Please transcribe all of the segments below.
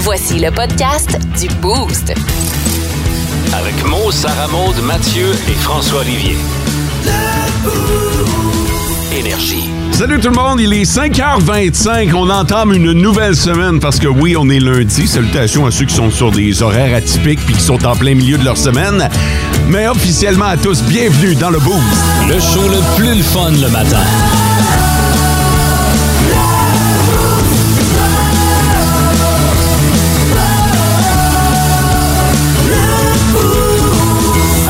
Voici le podcast du Boost. Avec Mo, Sarah Maud, Mathieu et François Olivier. Énergie. Salut tout le monde, il est 5h25, on entame une nouvelle semaine parce que oui, on est lundi. Salutations à ceux qui sont sur des horaires atypiques puis qui sont en plein milieu de leur semaine. Mais officiellement à tous, bienvenue dans le Boost. Le show le plus le fun le matin.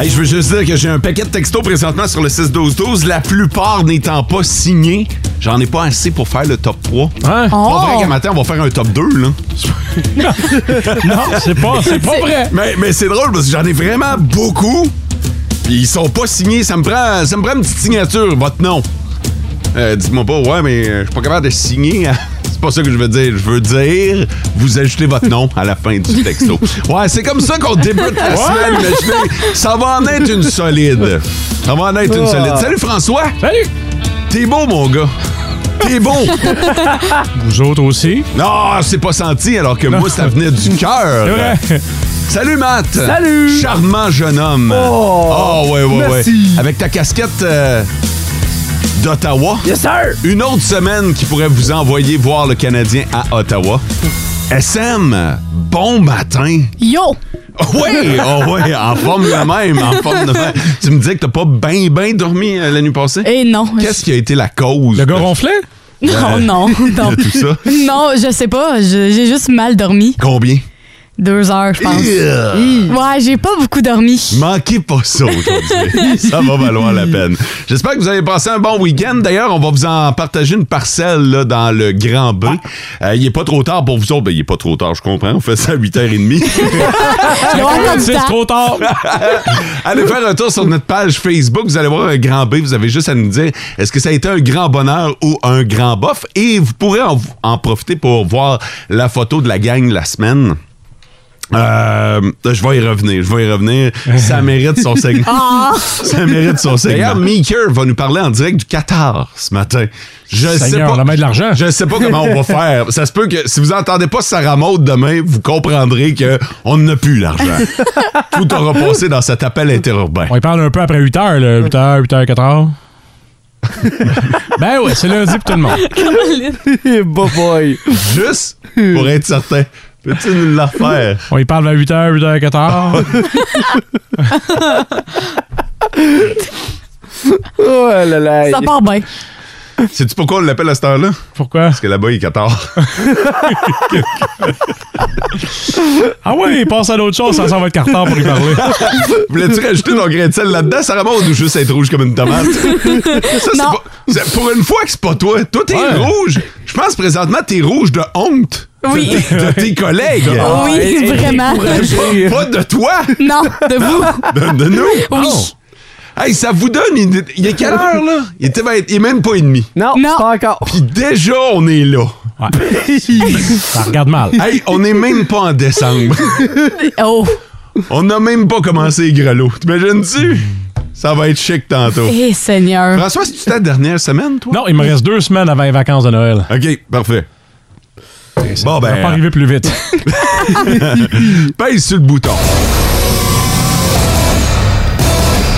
Hey, je veux juste dire que j'ai un paquet de textos présentement sur le 6-12-12, la plupart n'étant pas signés. J'en ai pas assez pour faire le top 3. Pas Hein? vrai qu'à matin, on va faire un top 2, là. Non, c'est pas, c'est pas vrai. Mais, mais c'est drôle parce que j'en ai vraiment beaucoup. Puis Ils sont pas signés. Ça me prend, ça me prend une petite signature, votre nom. Euh, Dites-moi pas, ouais, mais euh, je suis pas capable de signer. C'est pas ça que je veux dire. Je veux dire, vous ajoutez votre nom à la fin du texto. Ouais, c'est comme ça qu'on débute la semaine. mais je vais- ça va en être une solide. Ça va en être une solide. Salut François. Ah. Salut. T'es beau, mon gars. T'es beau. Vous autres aussi. Non, c'est pas senti alors que moi, ça venait du cœur. Salut Matt! Salut! Charmant jeune homme! Ah, Oh! ouais, ouais, Merci. ouais! Avec ta casquette euh, d'Ottawa, Yes, sir! une autre semaine qui pourrait vous envoyer voir le Canadien à Ottawa. SM, bon matin! Yo! Oui! Oh ouais, en forme de même, en forme de même. Tu me disais que t'as pas bien, bien dormi euh, la nuit passée? Eh non. Qu'est-ce qui a été la cause? Le gars de- ronflait? Non, non, non. de tout ça? Non, je sais pas. je- J'ai juste mal dormi. Combien? Deux heures, je pense. Yeah. Ouais, j'ai pas beaucoup dormi. Manquez pas ça aujourd'hui. ça va valoir la peine. J'espère que vous avez passé un bon week-end. D'ailleurs, on va vous en partager une parcelle là, dans le Grand B. Euh, il est pas trop tard pour vous autres. Ben, il est pas trop tard, je comprends. On fait ça à 8h30. Ils ont encore du C'est temps. trop tard. allez faire un tour sur notre page Facebook. Vous allez voir un Grand B. Vous avez juste à nous dire est-ce que ça a été un grand bonheur ou un grand bof. Et vous pourrez en, en profiter pour voir la photo de la gang la semaine. Euh, je vais y revenir, je vais y revenir. Ça mérite son segment. Ça mérite son segment. D'ailleurs, Meeker va nous parler en direct du Qatar ce matin. Je Seigneur, sais on a pas. bien de l'argent. Je sais pas comment on va faire. Ça se peut que si vous entendez pas Sarah Maud demain, vous comprendrez que on n'a plus l'argent. Tout aura passé dans cet appel interurbain. On y parle un peu après 8 heures, là. 8 heures, 8 heures, 4 heures. ben ouais, c'est lundi pour tout le monde. Bye boy! Juste pour être certain. Peux-tu nous la refaire? On y parle à 8 heures, 8 heures, 4 heures. Oh là là! Ça part bien. Sais-tu pourquoi on l'appelle à cette heure-là? Pourquoi? Parce que là-bas, il est 14. Ah ouais, passe à d'autres choses, ça s'en va être carton pour y parler. Voulais-tu rajouter ton grain de sel là-dedans, Sarah Maud, ou juste être rouge comme une tomate? Ça, c'est Non. pas- c'est- pour une fois que c'est pas toi. Toi, t'es Ouais. rouge. Je pense présentement, t'es rouge de honte Oui. de, de tes collègues. Ah, oui, hey, vraiment. découragé. Pas de toi, Non, de vous. de, de nous. Oui. Hey, ça vous donne une... Il est quelle heure, là? Il, était vingt- il est même pas ennemi. Non, Non. pas encore! Puis déjà, on est là. Ça regarde mal. Hey, on est même pas en décembre. Oh. On n'a même pas commencé les grelots. T'imagines-tu? Ça va être chic tantôt. Eh, Seigneur. François, c'est-tu ta dernière semaine, toi? Non, il me reste deux semaines avant les vacances de Noël. OK, parfait. Bon, Ça va pas ben, euh, arriver plus vite. pèse sur le bouton.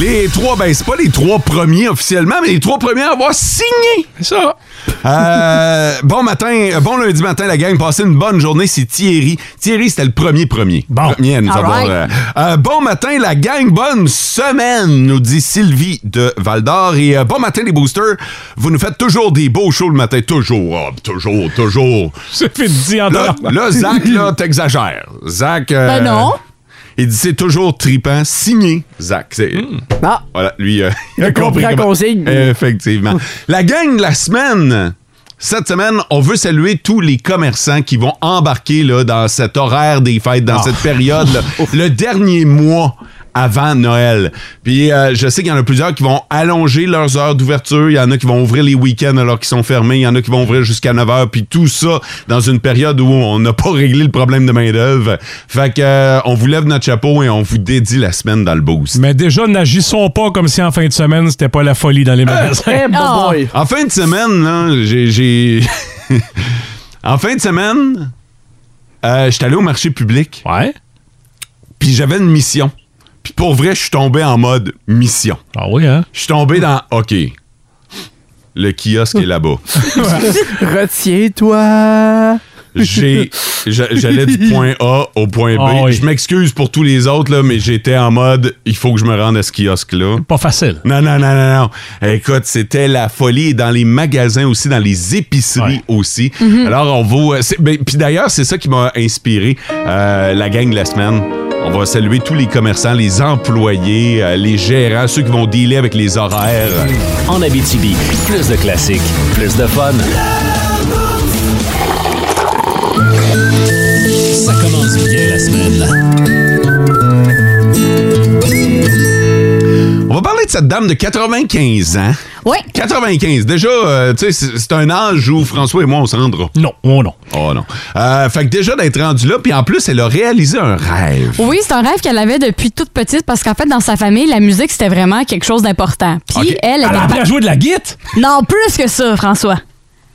Les trois, ben c'est pas les trois premiers officiellement, mais les trois premiers à avoir signé. C'est ça. Euh, bon matin, euh, bon lundi matin, la gang. Passez une bonne journée. C'est Thierry. Thierry, c'était le premier premier. Bon. Premier à nous All avoir, right. euh, euh, bon matin, la gang. Bonne semaine, nous dit Sylvie de Val-d'Or. Et euh, bon matin, les boosters. Vous nous faites toujours des beaux shows le matin. Toujours, ah, toujours, toujours. J'ai fait 10 en Là, là, Zach, là, t'exagères. Zach. euh, Ben non. Il dit c'est toujours tripant. Signé, Zach. C'est- Non! voilà, lui, euh, il a Il compris comprend la comment- consigne. Effectivement. La gang de la semaine. Cette semaine, on veut saluer tous les commerçants qui vont embarquer là, dans cet horaire des fêtes, dans cette période, là, le dernier mois avant Noël. Puis euh, je sais qu'il y en a plusieurs qui vont allonger leurs heures d'ouverture, il y en a qui vont ouvrir les week-ends alors qu'ils sont fermés, il y en a qui vont ouvrir jusqu'à 9 heures, puis tout ça dans une période où on n'a pas réglé le problème de main-d'œuvre. Fait que euh, on vous lève notre chapeau et on vous dédie la semaine dans le boost. Mais déjà, n'agissons pas comme si en fin de semaine, c'était pas la folie Euh, dans les magasins. Eh, boboy. En fin de semaine, là, j'ai- j'ai. en fin de semaine, euh, j'étais allé au marché public, Ouais. puis j'avais une mission. Puis pour vrai, je suis tombé en mode mission. Ah oui, hein? Je suis tombé dans OK. Le kiosque est là-bas. Retiens-toi. J'ai j'a- j'allais du point A au point B. Ah oui. Je m'excuse pour tous les autres là, mais j'étais en mode il faut que je me rende à ce kiosque là. Pas facile. Non, non, non, non, non. Écoute, c'était la folie Et dans les magasins aussi, dans les épiceries aussi. Alors, on va. c'est- ben, Puis d'ailleurs, c'est ça qui m'a inspiré euh, la gang de la semaine. On va saluer tous les commerçants, les employés, euh, les gérants, ceux qui vont dealer avec les horaires. En Abitibi, plus de classiques, plus de fun. Ça commence bien la semaine. On va parler de cette dame de 95 ans. Oui. 95, déjà, euh, tu sais, c'est c'est un âge où François et moi, on se rendra. Non, oh non. Oh non. Euh, fait que déjà d'être rendu là, puis en plus, elle a réalisé un rêve. Oui, c'est un rêve qu'elle avait depuis toute petite parce qu'en fait, dans sa famille, la musique, c'était vraiment quelque chose d'important. Puis Ok. elle, elle Elle a était appris à jouer de la guite. Non, plus que ça, François.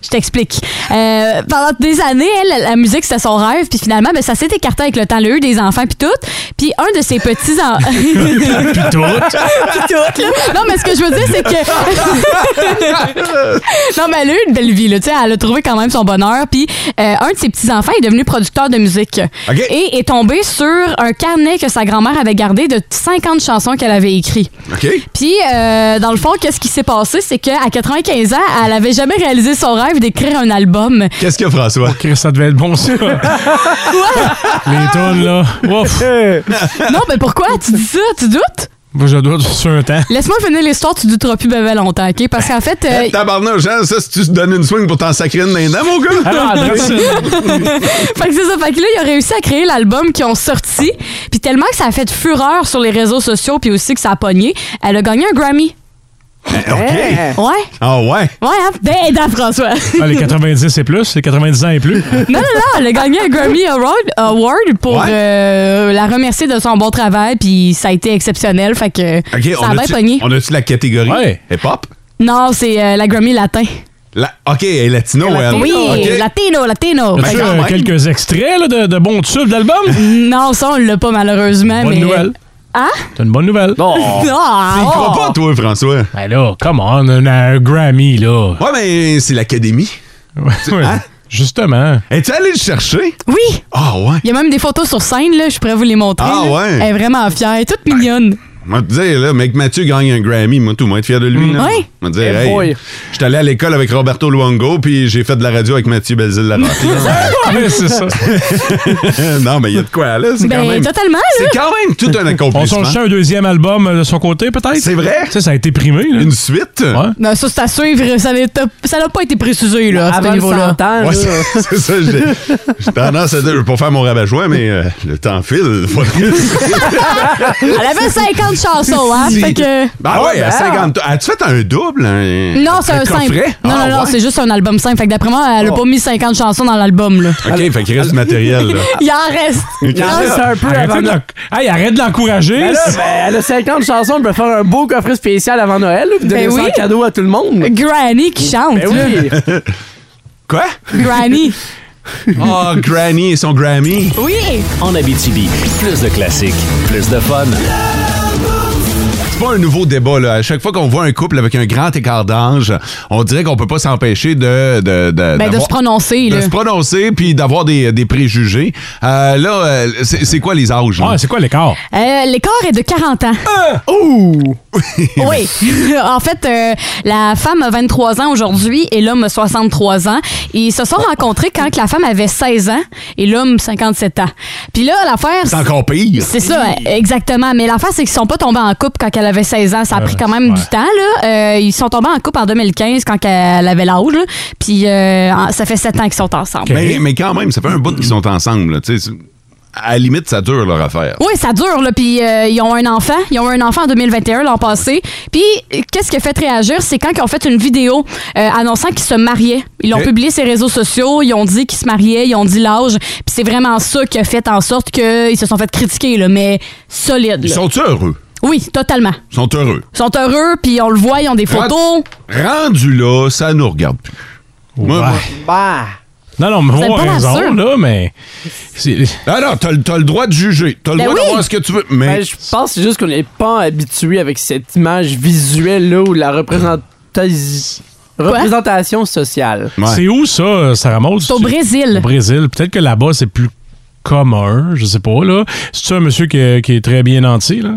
Je t'explique. Euh, pendant des années, elle, la musique, c'était son rêve. Puis finalement, ben, ça s'est écarté avec le temps. Elle a eu des enfants, puis tout. Puis un de ses petits enfants... Puis tout. non, mais ce que je veux dire, c'est que... Ah, non, mais elle a eu une belle vie. Là, Tu sais, elle a trouvé quand même son bonheur. Puis euh, un de ses petits-enfants est devenu producteur de musique. OK. Et est tombé sur un carnet que sa grand-mère avait gardé de 50 chansons qu'elle avait écrites. OK? Puis, euh, dans le fond, qu'est-ce qui s'est passé? C'est qu'à 95 ans, elle avait jamais réalisé son rêve d'écrire un album. Qu'est-ce que François? Oh, Chris, ça devait être bon, ça. les tonnes, là. Ouf. Eh, non, mais pourquoi? Tu dis ça? Tu doutes? Moi, je dois sur un temps. Laisse-moi finir l'histoire, tu douteras plus bébé longtemps, OK? Parce qu'en fait... euh, Tabarnak, Jean, hein, ça, si tu te donnes une swing pour t'en sacrer une dans les dents, mon gars? Alors, adresse fait que c'est ça. Fait que là, il a réussi à créer l'album qu'ils ont sorti. Puis tellement que ça a fait fureur sur les réseaux sociaux puis aussi que ça a pogné, elle a gagné un Grammy. Eh, OK. Eh, Ouais. Ah ouais. Ouais, hein? Ben, dans François. Ah, les 90 et plus, les 90 ans et plus. Non, non, non, elle a gagné un Grammy Award, Award pour Ouais. euh, la remercier de son bon travail, puis ça a été exceptionnel, fait que OK, ça a bien pogné. a-tu on a-tu la catégorie? Ouais. Hip-hop? Non, c'est euh, la Grammy latin. La- OK, elle est latino, Oh, elle. oui, OK. Ben, latino, latino. Ben, Fait As-tu que- quand même. euh, quelques extraits là, de, de bons tubes d'album? non, ça, on l'a pas malheureusement, Bonne mais... Ah, nouvelle. Hein? T'as une bonne nouvelle. non. Tu y Non! crois pas, toi, François? Ben là, come on, on a un Grammy, là. Ouais, mais c'est l'académie. Ouais. Hein? Justement. Es-tu allé le chercher? Oui! Ah ouais. Il y a même des photos sur scène, là, je pourrais vous les montrer. Ah là. ouais. Elle est vraiment fière, elle est toute mignonne. Moi, te dire, là, mec, Mathieu gagne un Grammy. Moi, tout, moi, être fier de lui. là. Mm. Ouais. Moi, te dire, Eh hey, boy. j'étais allé à l'école avec Roberto Luongo, puis j'ai fait de la radio avec Mathieu belzile larocque Ouais, c'est ça. non, mais il y a de quoi, Ah, là. C'est Ben, quand même. totalement, là. C'est quand même tout un On s'en accomplissement. cherche un deuxième album euh, de son côté, peut-être? C'est vrai? Ça, ça a été primé, là. Une suite? Ouais. Non, ça, c'est à suivre, ça n'a ça n'a pas été précisé, là, Ah, à ce Avant le niveau-là. 100 ans, Ouais, là. c'est c'est ça. J'ai j'ai tendance à dire, je veux pas faire mon rabat-joie, mais euh, le temps file. Elle avait 50 chansons, hein, fait que... ah Oh, ouais, à ben, 50. As-tu fait un double? hein? un- Non, c'est un simple. coffret? Non, Ah, non, non, ouais. c'est juste un album simple. Fait que d'après moi, elle a Oh. pas mis 50 chansons dans l'album, là. OK, fait qu'il reste du matériel. là. Il en reste. Il en reste un peu avant Arrêtez de Noël. l'en- Hey, arrête de l'encourager. Ben là, ben, elle a 50 chansons, on peut faire un beau coffret spécial avant Noël, là, puis donner Ben ça en oui. cadeau à tout le monde. Granny qui chante, Ben oui. Quoi? là. Granny. Oh, Granny et son Grammy. Oui. En Abitibi, plus de classiques, plus de fun. C'est pas un nouveau débat. Là. À chaque fois qu'on voit un couple avec un grand écart d'âge, on dirait qu'on peut pas s'empêcher de... de, de Ben, de d'avoir- se prononcer, de là. se prononcer puis d'avoir des, des préjugés. Euh, là, euh, c'est c'est quoi les âges? là? Ah, c'est quoi l'écart? Euh, L'écart est de 40 ans. Euh! oui. en fait, euh, la femme a 23 ans aujourd'hui et l'homme a 63 ans. Ils se sont rencontrés quand que la femme avait 16 ans et l'homme 57 ans. Puis là, l'affaire... c'est encore pire. C'est ça, exactement. Mais l'affaire, c'est qu'ils sont pas tombés en couple quand elle avait 16 ans. Ça a pris Euh, quand même ouais. du temps, là. Euh, ils sont tombés en couple en 2015 quand elle avait l'âge. là. Puis euh, en- ça fait 7 ans qu'ils sont ensemble. Ok. Mais, mais quand même, ça fait un bout qu'ils sont ensemble. là, tu sais, c'est- à la limite, ça dure leur affaire. Oui, ça dure, là. Puis euh, ils ont un enfant. Ils ont eu un enfant en 2021, l'an passé. Puis euh, qu'est-ce qui a fait réagir? C'est quand ils ont fait une vidéo euh, annonçant qu'ils se mariaient. Ils l'ont Ok. publié sur les réseaux sociaux. Ils ont dit qu'ils se mariaient. Ils ont dit l'âge. Puis c'est vraiment ça qui a fait en sorte qu'ils se sont fait critiquer, là. Mais solide, Ils là. sont heureux? Oui, totalement. Ils sont heureux. Ils sont heureux, puis on le voit, ils ont des photos. Rendu là, ça nous regarde plus. Moi, moi- Bah! Non, non, mais Vous êtes moi, pas raison, rassure. là, mais. c'est- Ah non, t'as, le- t'as le droit de juger. T'as le Ben droit oui. d'avoir ce que tu veux. Mais Ben, je pense c'est juste qu'on n'est pas habitué avec cette image visuelle-là ou la représentasi- représentation sociale. Ouais. C'est où ça, euh, Sarah Maud? C'est au Brésil. Au Brésil. Peut-être que là-bas, c'est plus commun, je sais pas, là. C'est-tu un monsieur qui, qui est très bien nanti, là?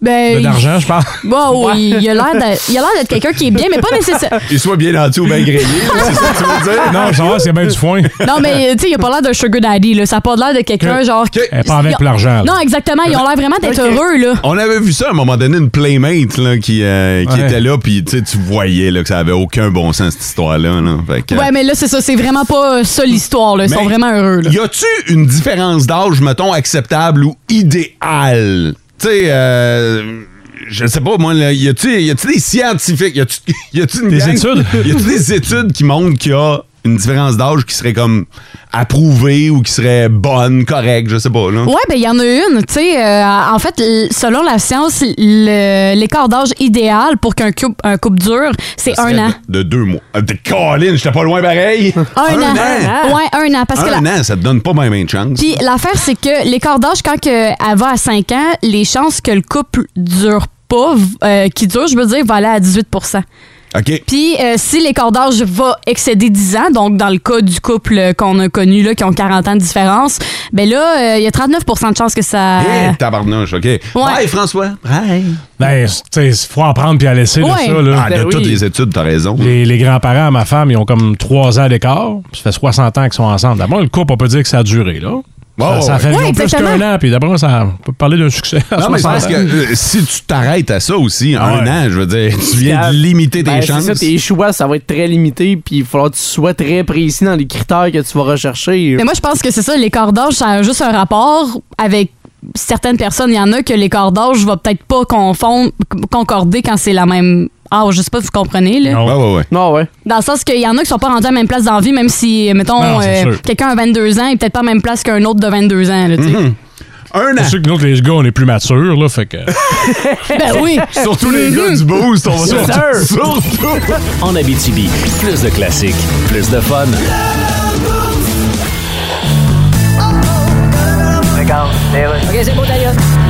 Ben, De l'argent, je parle. Bon, oui, il a l'air d'être il a l'air d'être quelqu'un qui est bien, mais pas nécessaire. qu'il soit bien nanti ou bien grillé, c'est ça que tu veux dire? Non, ça va, c'est bien du foin. Non, mais tu sais, il a pas l'air d'un sugar daddy, là. Ça a pas l'air de quelqu'un, Ok. genre. Elle est pas avec pour l'argent. là. Non, exactement. Ils ont l'air vraiment d'être heureux, là. On avait vu ça à un moment donné, une playmate là, qui, euh, qui Ouais. était là, puis tu sais, tu voyais là, que ça avait aucun bon sens, cette histoire-là. là. Fait que, euh, Ouais, mais là, c'est ça. C'est vraiment pas ça l'histoire, là. Ils sont Mais vraiment heureux, là. euh, Y a-tu une différence d'âge, mettons, acceptable ou idéale? Tu sais, euh, je sais pas, moi, là, y a-tu y a-tu des scientifiques? Y a-tu y a-tu une Des gang- études? Y a-tu des études qui montrent qu'il y a une différence d'âge qui serait comme approuvée ou qui serait bonne, correcte, je sais pas, là? Ouais, ben il y en a une, tu sais, euh, en fait, l- selon la science, le- l'écart d'âge idéal pour qu'un couple, un couple dure, c'est Ça un serait an. De, de deux mois. Ah, T'es Colin, j'étais pas loin pareil. Un, an. Ouais, un an. Parce que la- un an, ça te donne pas même une chance. Puis l'affaire, c'est que l'écart d'âge, quand que elle va à 5 ans, les chances que le couple dure pas, v- euh, qui dure, je veux dire, va aller à 18 OK. Puis euh, si l'écart d'âge va excéder 10 ans, donc dans le cas du couple euh, qu'on a connu, là, qui ont 40 ans de différence, ben là, euh, il y a 39 de chances que ça... Eh, tabarnouche, OK. Bye, François. Bye. Ben, tu sais, faut en prendre puis en laisser, là, Ouais. ça, là. Ah, de Ben oui. toutes les études, t'as raison. Les, les grands-parents à ma femme, ils ont comme trois ans d'écart. Ça fait 60 ans qu'ils sont ensemble. D'abord, le couple, on peut dire que ça a duré, là. ça, ouais, ça fait ouais. ils Ouais, ont plus exactement. qu'un an, puis d'après moi, ça on peut parler d'un succès. à Non, mais 60 parce ans. que euh, si tu t'arrêtes à ça aussi, un Ouais. an, je veux dire, tu viens de limiter tes Ben, c'est chances. ça, tes choix, ça va être très limité, puis il va falloir que tu sois très précis dans les critères que tu vas rechercher. Mais moi, je pense que c'est ça, l'écart d'âge, ça a juste un rapport avec certaines personnes. Il y en a que l'écart d'âge va peut-être pas confondre, concorder quand c'est la même âge. Je sais pas si vous comprenez, là. Non. Ouais, ouais, ouais. Non, ouais. Dans le sens qu'il y en a qui sont pas rendus à la même place dans la vie, même si, mettons, Non, c'est euh, sûr. quelqu'un a 22 ans, il est peut-être pas à la même place qu'un autre de 22 ans, là, tu sais. euh, Mm-hmm. Un Hum. C'est an. sûr que nous autres, les gars, on est plus matures, là, fait que... Ben oui! Surtout les gars du boost, on va Yes, sir. Surtout. En Abitibi, plus de classiques, plus de fun.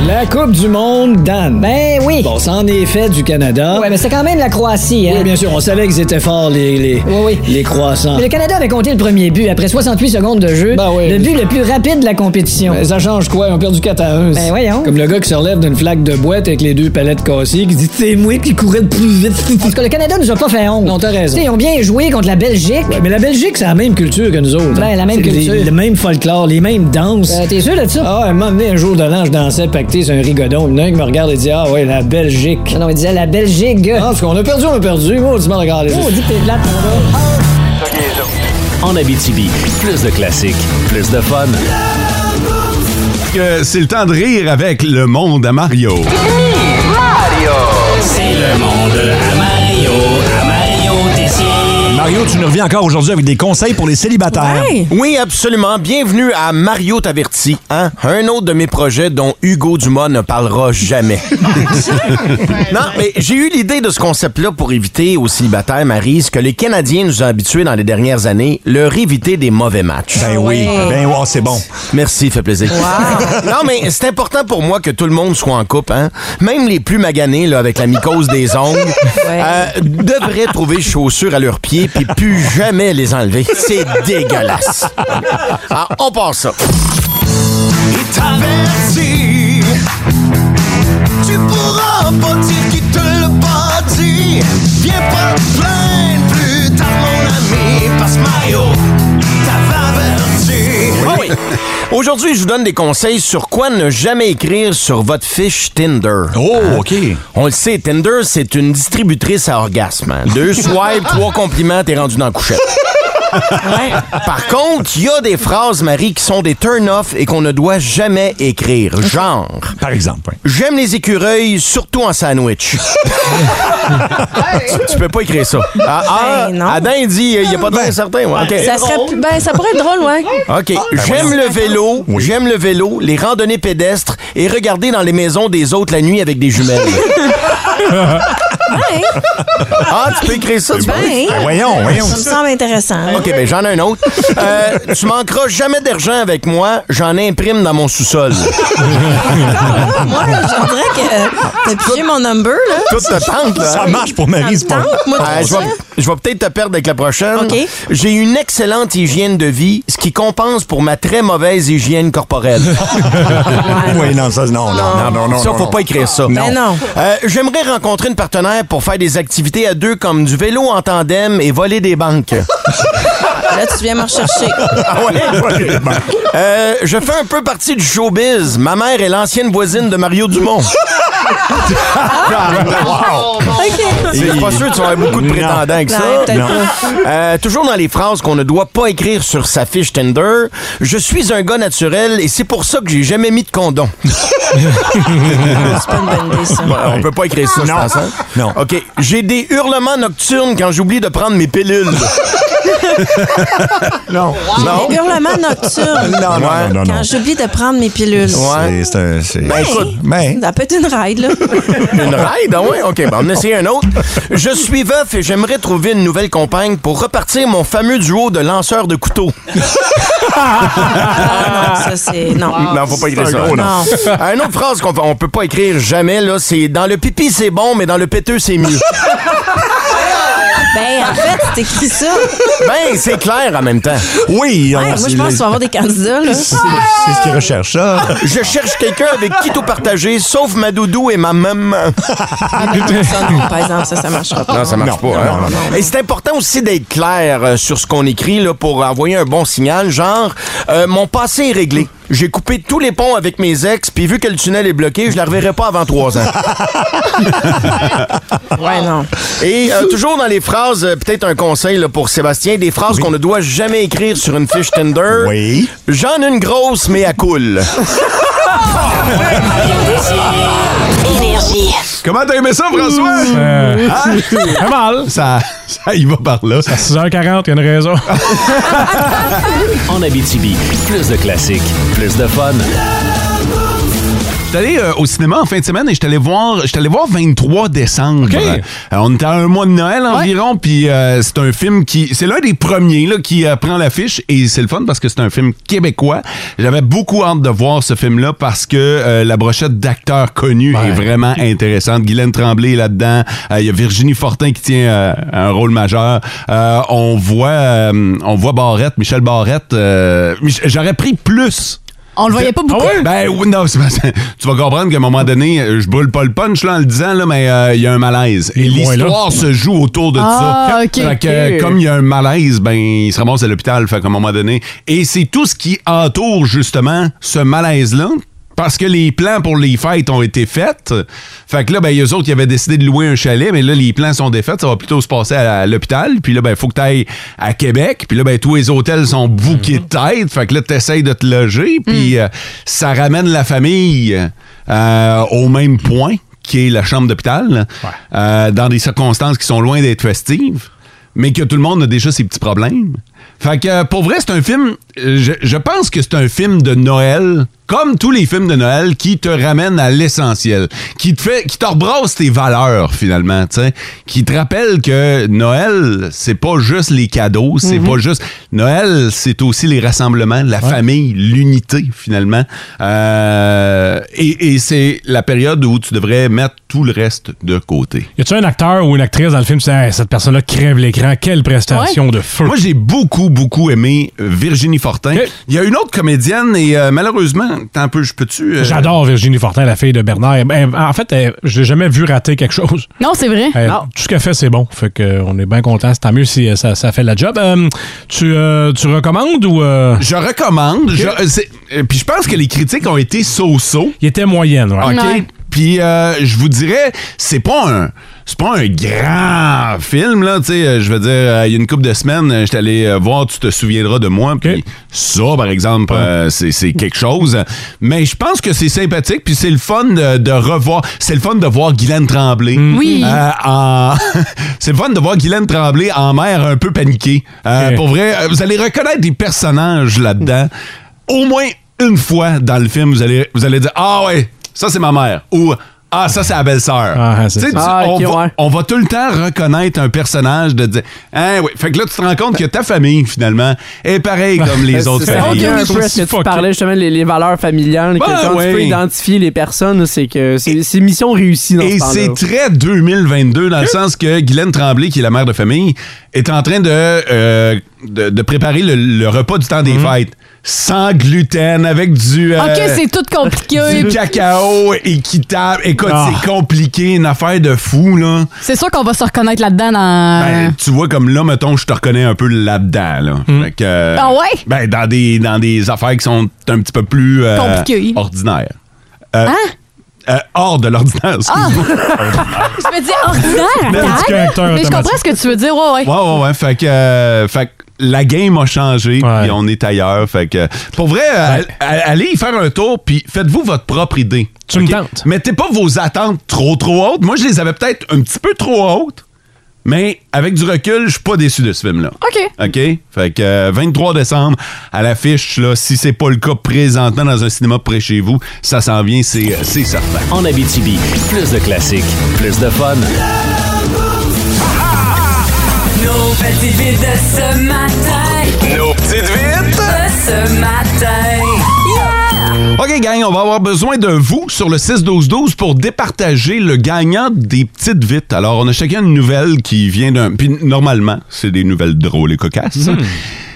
La Coupe du Monde, Dan. Ben oui. Bon, c'en est fait du Canada. Ouais, mais c'est quand même la Croatie, hein? Oui, bien sûr, on savait qu'ils étaient forts, les, les, Oui, oui. les croissants. Mais le Canada avait compté le premier but après 68 secondes de jeu. Ben oui. Le but le plus rapide de la compétition. Ben, ça change quoi? Ils ont perdu 4 à 1. Ben, voyons. Comme le gars qui se relève d'une flaque de boîte avec les deux palettes cassées, qui dit C'est moi qui courais le plus vite. En tout cas, le Canada nous a pas fait honte. Non, t'as raison. Tu sais, ils ont bien joué contre la Belgique. Ouais, mais la Belgique, c'est la même culture que nous autres. hein. Ben, la même C'est les- culture. le même folklore, les mêmes danses. Euh, T'es sûr de ça? Ah, elle m'a amené un jour de l'an, je dansais pacté sur un rigodon. Il y en a un qui me regarde et dit Ah, ouais, la Belgique. Non, non, il disait la Belgique. Ah, parce qu'on a perdu, on a perdu. Moi, tu m'as regardé. Oh, on dit que t'es plate, mon gars. En Abitibi, plus de classiques, plus de fun. Que C'est le temps de rire avec le monde à Mario. C'est le monde à Mario, à Mario Mario, tu nous reviens encore aujourd'hui avec des conseils pour les célibataires. Oui, absolument. Bienvenue à Mario Taverti, hein? un autre de mes projets dont Hugo Dumas ne parlera jamais. non, mais j'ai eu l'idée de ce concept-là pour éviter aux célibataires, Marie, ce que les Canadiens nous ont habitués dans les dernières années, leur éviter des mauvais matchs. Ben oui, ben ouais, c'est bon. Merci, fait plaisir. non, mais c'est important pour moi que tout le monde soit en couple, hein? Même les plus maganés, là, avec la mycose des ongles, euh, devraient trouver chaussures à leurs pieds puis plus jamais les enlever. C'est dégueulasse. Ah, on passe ça. Tu pourras pas dire qui te l'a pas dit Viens pas te plaindre plus tard mon ami Parce que Mario t'avait averti Ah oui. Aujourd'hui, je vous donne des conseils sur quoi ne jamais écrire sur votre fiche Tinder. Hein? Oh, OK. On le sait, Tinder, c'est une distributrice à orgasme. hein. Deux swipes, trois compliments, t'es rendu dans la couchette. Par contre, il y a des phrases, Marie, qui sont des turn-off et qu'on ne doit jamais écrire. Genre. Par exemple, J'aime les écureuils, surtout en sandwich. tu, tu peux pas écrire ça. Ah, ah, Adam il dit, il n'y a pas de ben, certain. ouais, ok. Ben, Ça, serait, plus- ben, ça pourrait être drôle, ouais. OK. Ah, ben J'aime voyons. le vélo, j'aime le vélo, les randonnées pédestres et regarder dans les maisons des autres la nuit avec des jumelles. Ouais. ah, tu peux écrire ça, tu Ben, peux? Ça me semble intéressant. OK, ben j'en ai un autre. Euh, tu manqueras jamais d'argent avec moi, j'en imprime dans mon sous-sol. Moi, je dirais que t'as pigé mon number, là. ah. Tout te tente, là. Ça marche pour Marie, c'est pas- Ça me tente, moi, de Ah, je vais, faire je vais peut-être te perdre avec la prochaine. J'ai une excellente hygiène de vie, ce qui compense pour ma très mauvaise hygiène corporelle. oui, non, ça, non, Ah. non, non, non, non. ça, non, faut non. pas écrire ça. Non. Mais non. Euh, J'aimerais rencontrer une partenaire pour faire des activités à deux comme du vélo en tandem et voler des banques. Là, tu viens me rechercher. Ah ouais, voler des banques. Euh, je fais un peu partie du showbiz. Ma mère est l'ancienne voisine de Mario Dumont. Wow. OK. Je suis pas sûr que tu vas avoir beaucoup de Non. prétendants avec ça. Non, Ben, peut-être Euh, toujours dans les phrases qu'on ne doit pas écrire sur sa fiche Tinder, je suis un gars naturel et c'est pour ça que j'ai jamais mis de condom. Bon, on peut pas écrire ça, je pense, hein? Non. OK. J'ai des hurlements nocturnes quand j'oublie de prendre mes pilules. non. Non. Des hurlements nocturnes. Non, non, non, non, non. Quand j'oublie de prendre mes pilules. C'est- C'est un. c'est- Ben, écoute, ben. Ça peut être une ride, là. Une ride, ah ouais? OK, bon, on essaie un autre. Je suis veuf et j'aimerais trouver une nouvelle compagne pour repartir mon fameux duo de lanceurs de couteaux. Ah, non, ça, c'est. Non. Non, faut pas écrire ça. Non. Ah, Une autre phrase qu'on on peut pas écrire jamais, là, c'est dans le pipi, c'est bon, mais dans le péteux, c'est mieux. Ben, en fait, c'est écrit ça. ben, c'est clair en même temps. Oui, hein, Ouais, moi, je pense qu'on va avoir des candidats, là. Ah! C'est ce qu'ils recherchent, ça. Je cherche quelqu'un avec qui tout partager, sauf ma doudou et ma maman. Ça, non, par exemple, ça, ça marchera pas. Non, ça marche pas. hein? Et c'est important aussi d'être clair euh, sur ce qu'on écrit là, pour envoyer un bon signal, genre euh, mon passé est réglé. J'ai coupé tous les ponts avec mes ex, puis vu que le tunnel est bloqué, je la reverrai pas avant trois ans. Ouais, non. Et euh, toujours dans les phrases, euh, peut-être un conseil là, pour Sébastien, des phrases qu'on ne doit jamais écrire sur une fiche Tinder. Oui. J'en ai une grosse, mais à coule. Énergie. Comment t'as aimé ça, François? Euh, Hein? Pas mal. Ça, ça y va par là. Ah. À 6h40, il y a une raison. En Abitibi, plus de classiques, plus de fun. J'étais allé euh, au cinéma en fin de semaine et j'étais allé voir, j'étais allé voir 23 décembre. OK. Euh, on était à un mois de Noël environ, puis euh, c'est un film qui, c'est l'un des premiers là, qui euh, prend l'affiche et c'est le fun parce que c'est un film québécois. J'avais beaucoup hâte de voir ce film-là parce que euh, la brochette d'acteurs connus est vraiment intéressante. Guylaine Tremblay est là-dedans, Euh, il y a Virginie Fortin qui tient euh, un rôle majeur. Euh, on voit, euh, on voit Barrette, Michel Barrette. euh, Mich- J'aurais pris plus. On le voyait pas beaucoup. Ben oui, non, c'est parce que tu vas comprendre qu'à un moment donné, euh, je boule pas le punch là, en le disant, là, mais euh, il y a un malaise. Et loin, là. l'histoire se joue autour de Ah, ça. ok, Fait que, ok. comme il y a un malaise, ben, il se ramasse à l'hôpital, fait qu'à un moment donné. Et c'est tout ce qui entoure, justement, ce malaise-là. Parce que les plans pour les fêtes ont été faits. Fait que là, ben, eux autres, ils avaient décidé de louer un chalet, mais là, les plans sont défaits. Ça va plutôt se passer à, à l'hôpital. Puis là, ben, faut que t'ailles à Québec. Puis là, ben, tous les hôtels sont bouqués de tête. Fait que là, t'essayes de te loger. Puis euh, ça ramène la famille euh, au même point qui est la chambre d'hôpital, euh, dans des circonstances qui sont loin d'être festives, mais que tout le monde a déjà ses petits problèmes. Fait que euh, pour vrai, c'est un film, euh, je, je pense que c'est un film de Noël, comme tous les films de Noël, qui te ramène à l'essentiel, qui te fait, qui te rebrasse tes valeurs finalement, tu sais, qui te rappelle que Noël, c'est pas juste les cadeaux, c'est pas juste. Noël, c'est aussi les rassemblements, la famille, l'unité finalement. Euh, et et c'est la période où tu devrais mettre tout le reste de côté. Y a-tu un acteur ou une actrice dans le film qui dit Hey, cette personne-là crève l'écran, quelle prestation de feu? Moi, j'ai beaucoup, beaucoup aimé euh, Virginie Fortin. Il y a une autre comédienne et euh, malheureusement, tant peu, je peux-tu. euh, J'adore Virginie Fortin, la fille de Bernard. Ben, en fait, elle- je l'ai jamais vu rater quelque chose. Non, c'est Hein? vrai. Euh, Elle- Tout ce qu'elle fait, c'est bon. Fait que, euh, on est bien content. C'est tant mieux si euh, ça, ça fait la job. Euh, tu, euh, tu recommandes ou. euh? Je recommande. Je- euh, c'est- euh, puis je pense que les critiques ont été so-so. Il était moyenne, ouais. OK. Ouais. Puis euh, je vous dirais, c'est pas un. c'est pas un grand film, là, tu sais. euh, Je veux dire, euh, il y a une couple de semaines, euh, j'étais allé euh, voir Tu te souviendras de moi. Puis ça, par exemple, euh, c'est c'est quelque chose. Mais je pense que c'est sympathique, puis c'est le fun de, de revoir. C'est le fun de voir Guylaine Tremblay. Oui. euh, en- c'est le fun de voir Guylaine Tremblay en mer un peu paniquée. Euh, Pour vrai, euh, vous allez reconnaître des personnages là-dedans. Au moins une fois dans le film, vous allez, vous allez dire Ah ouais, ça c'est ma mère. Ou Ah, ça c'est la belle-sœur. c'est Tu sais, ça. tu- Ah, on, ok, va, ouais. on va tout le temps reconnaître un personnage de dire Ah ouais. Fait que là, tu te rends compte que ta famille, finalement, est pareille comme les autres C'est familles. un peu à ce que tu parlais justement les, les valeurs familiales, Ben que quand ouais. tu peux identifier les personnes, c'est que c'est c'est mission réussie dans Et ce c'est temps-là. très 2022 dans le sens que Guylaine Tremblay, qui est la mère de famille, est en train de, euh, de, de préparer le, le repas du temps des Mhm. fêtes. Sans gluten, avec du... euh, OK, c'est tout compliqué. du cacao équitable. Écoute, Ah. c'est compliqué, une affaire de fou, là. C'est sûr qu'on va se reconnaître là-dedans dans... Ben, tu vois, comme là, mettons, je te reconnais un peu là-dedans. Là. Mhm. Fait que, euh, Ah ouais? Ben, dans des, dans des affaires qui sont un petit peu plus euh, Compliquées. ordinaires. Euh, Hein? euh, hors de l'ordinaire, Ah! excuse-moi. je me dis ordinaire, Petit attends. correcteur Mais je comprends automatique. ce que tu veux dire, ouais, ouais. Ouais, ouais, ouais. Fait que, euh, fait que la game a changé, puis on est ailleurs. Fait que, pour vrai, euh, a- allez y faire un tour, puis faites-vous votre propre idée. Tu me tentes. Mettez pas vos attentes trop, trop hautes. Moi, je les avais peut-être un petit peu trop hautes, mais avec du recul, je suis pas déçu de ce film-là. OK. OK? Fait que euh, 23 décembre, à l'affiche, là, si c'est pas le cas présentement dans un cinéma près chez vous, ça s'en vient, c'est euh, c'est certain. En Abitibi, plus de classiques, plus de fun. Nos petites vites de ce matin. Nos petites vites de ce matin. OK, gang, on va avoir besoin de vous sur le 6-12-12 pour départager le gagnant des petites vites. Alors, on a chacun une nouvelle qui vient d'un... Puis normalement, c'est des nouvelles drôles et cocasses.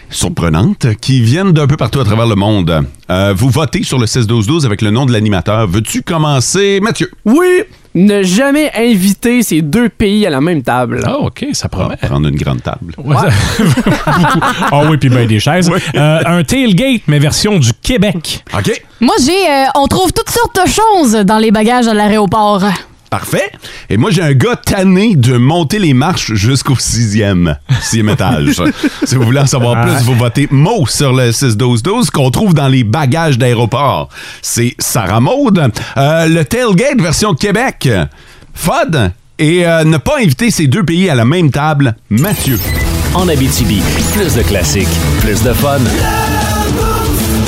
Surprenantes, qui viennent d'un peu partout à travers le monde. Euh, vous votez sur le 6-12-12 avec le nom de l'animateur. Veux-tu commencer, Mathieu? Oui, ne jamais inviter ces deux pays à la même table. Ah, OK, ça promet. Prendre une grande table. Ah oui, puis ben des chaises. Euh, un tailgate, mais version du Québec. OK. Moi, j'ai... euh, on trouve toutes sortes de choses dans les bagages à l'aéroport. Ah. Parfait. Et moi, j'ai un gars tanné de monter les marches jusqu'au sixième, sixième étage. si vous voulez en savoir plus, vous votez Mo sur le 6-12-12 qu'on trouve dans les bagages d'aéroport. C'est Sarah Maude. Euh, le tailgate version Québec. Fod. Et euh, ne pas inviter ces deux pays à la même table, Mathieu. En Abitibi, plus de classiques, plus de fun. euh,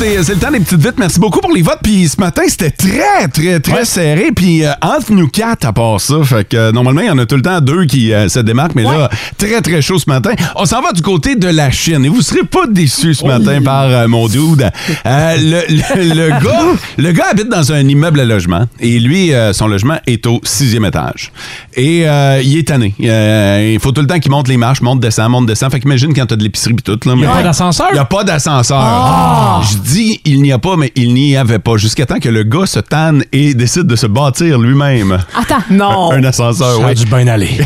C'est c'est le temps des petites vites. Merci beaucoup pour les votes. Puis ce matin, c'était très, très, très serré. Puis euh, entre nous quatre, à part ça, fait que euh, normalement, il y en a tout le temps deux qui euh, se démarquent. Mais là, très, très chaud ce matin. On s'en va du côté de la Chine. Et vous serez pas déçus ce matin par euh, mon dude. Euh, le, le- le gars, le gars habite dans un immeuble à logement. Et lui, euh, son logement est au sixième étage. Et euh, il est tanné. Euh, il faut tout le temps qu'il monte les marches, monte, descend, monte, descend. Fait qu'imagine quand t'as de l'épicerie puis tout. Là, Il y a mais- pas d'ascenseur? Il y a pas d'ascenseur. Ah! Je dis il n'y a pas, mais il n'y avait pas. Jusqu'à temps que le gars se tanne et décide de se bâtir lui-même. Attends. Non. Un ascenseur, Oh, Ça a oui. dû bien aller.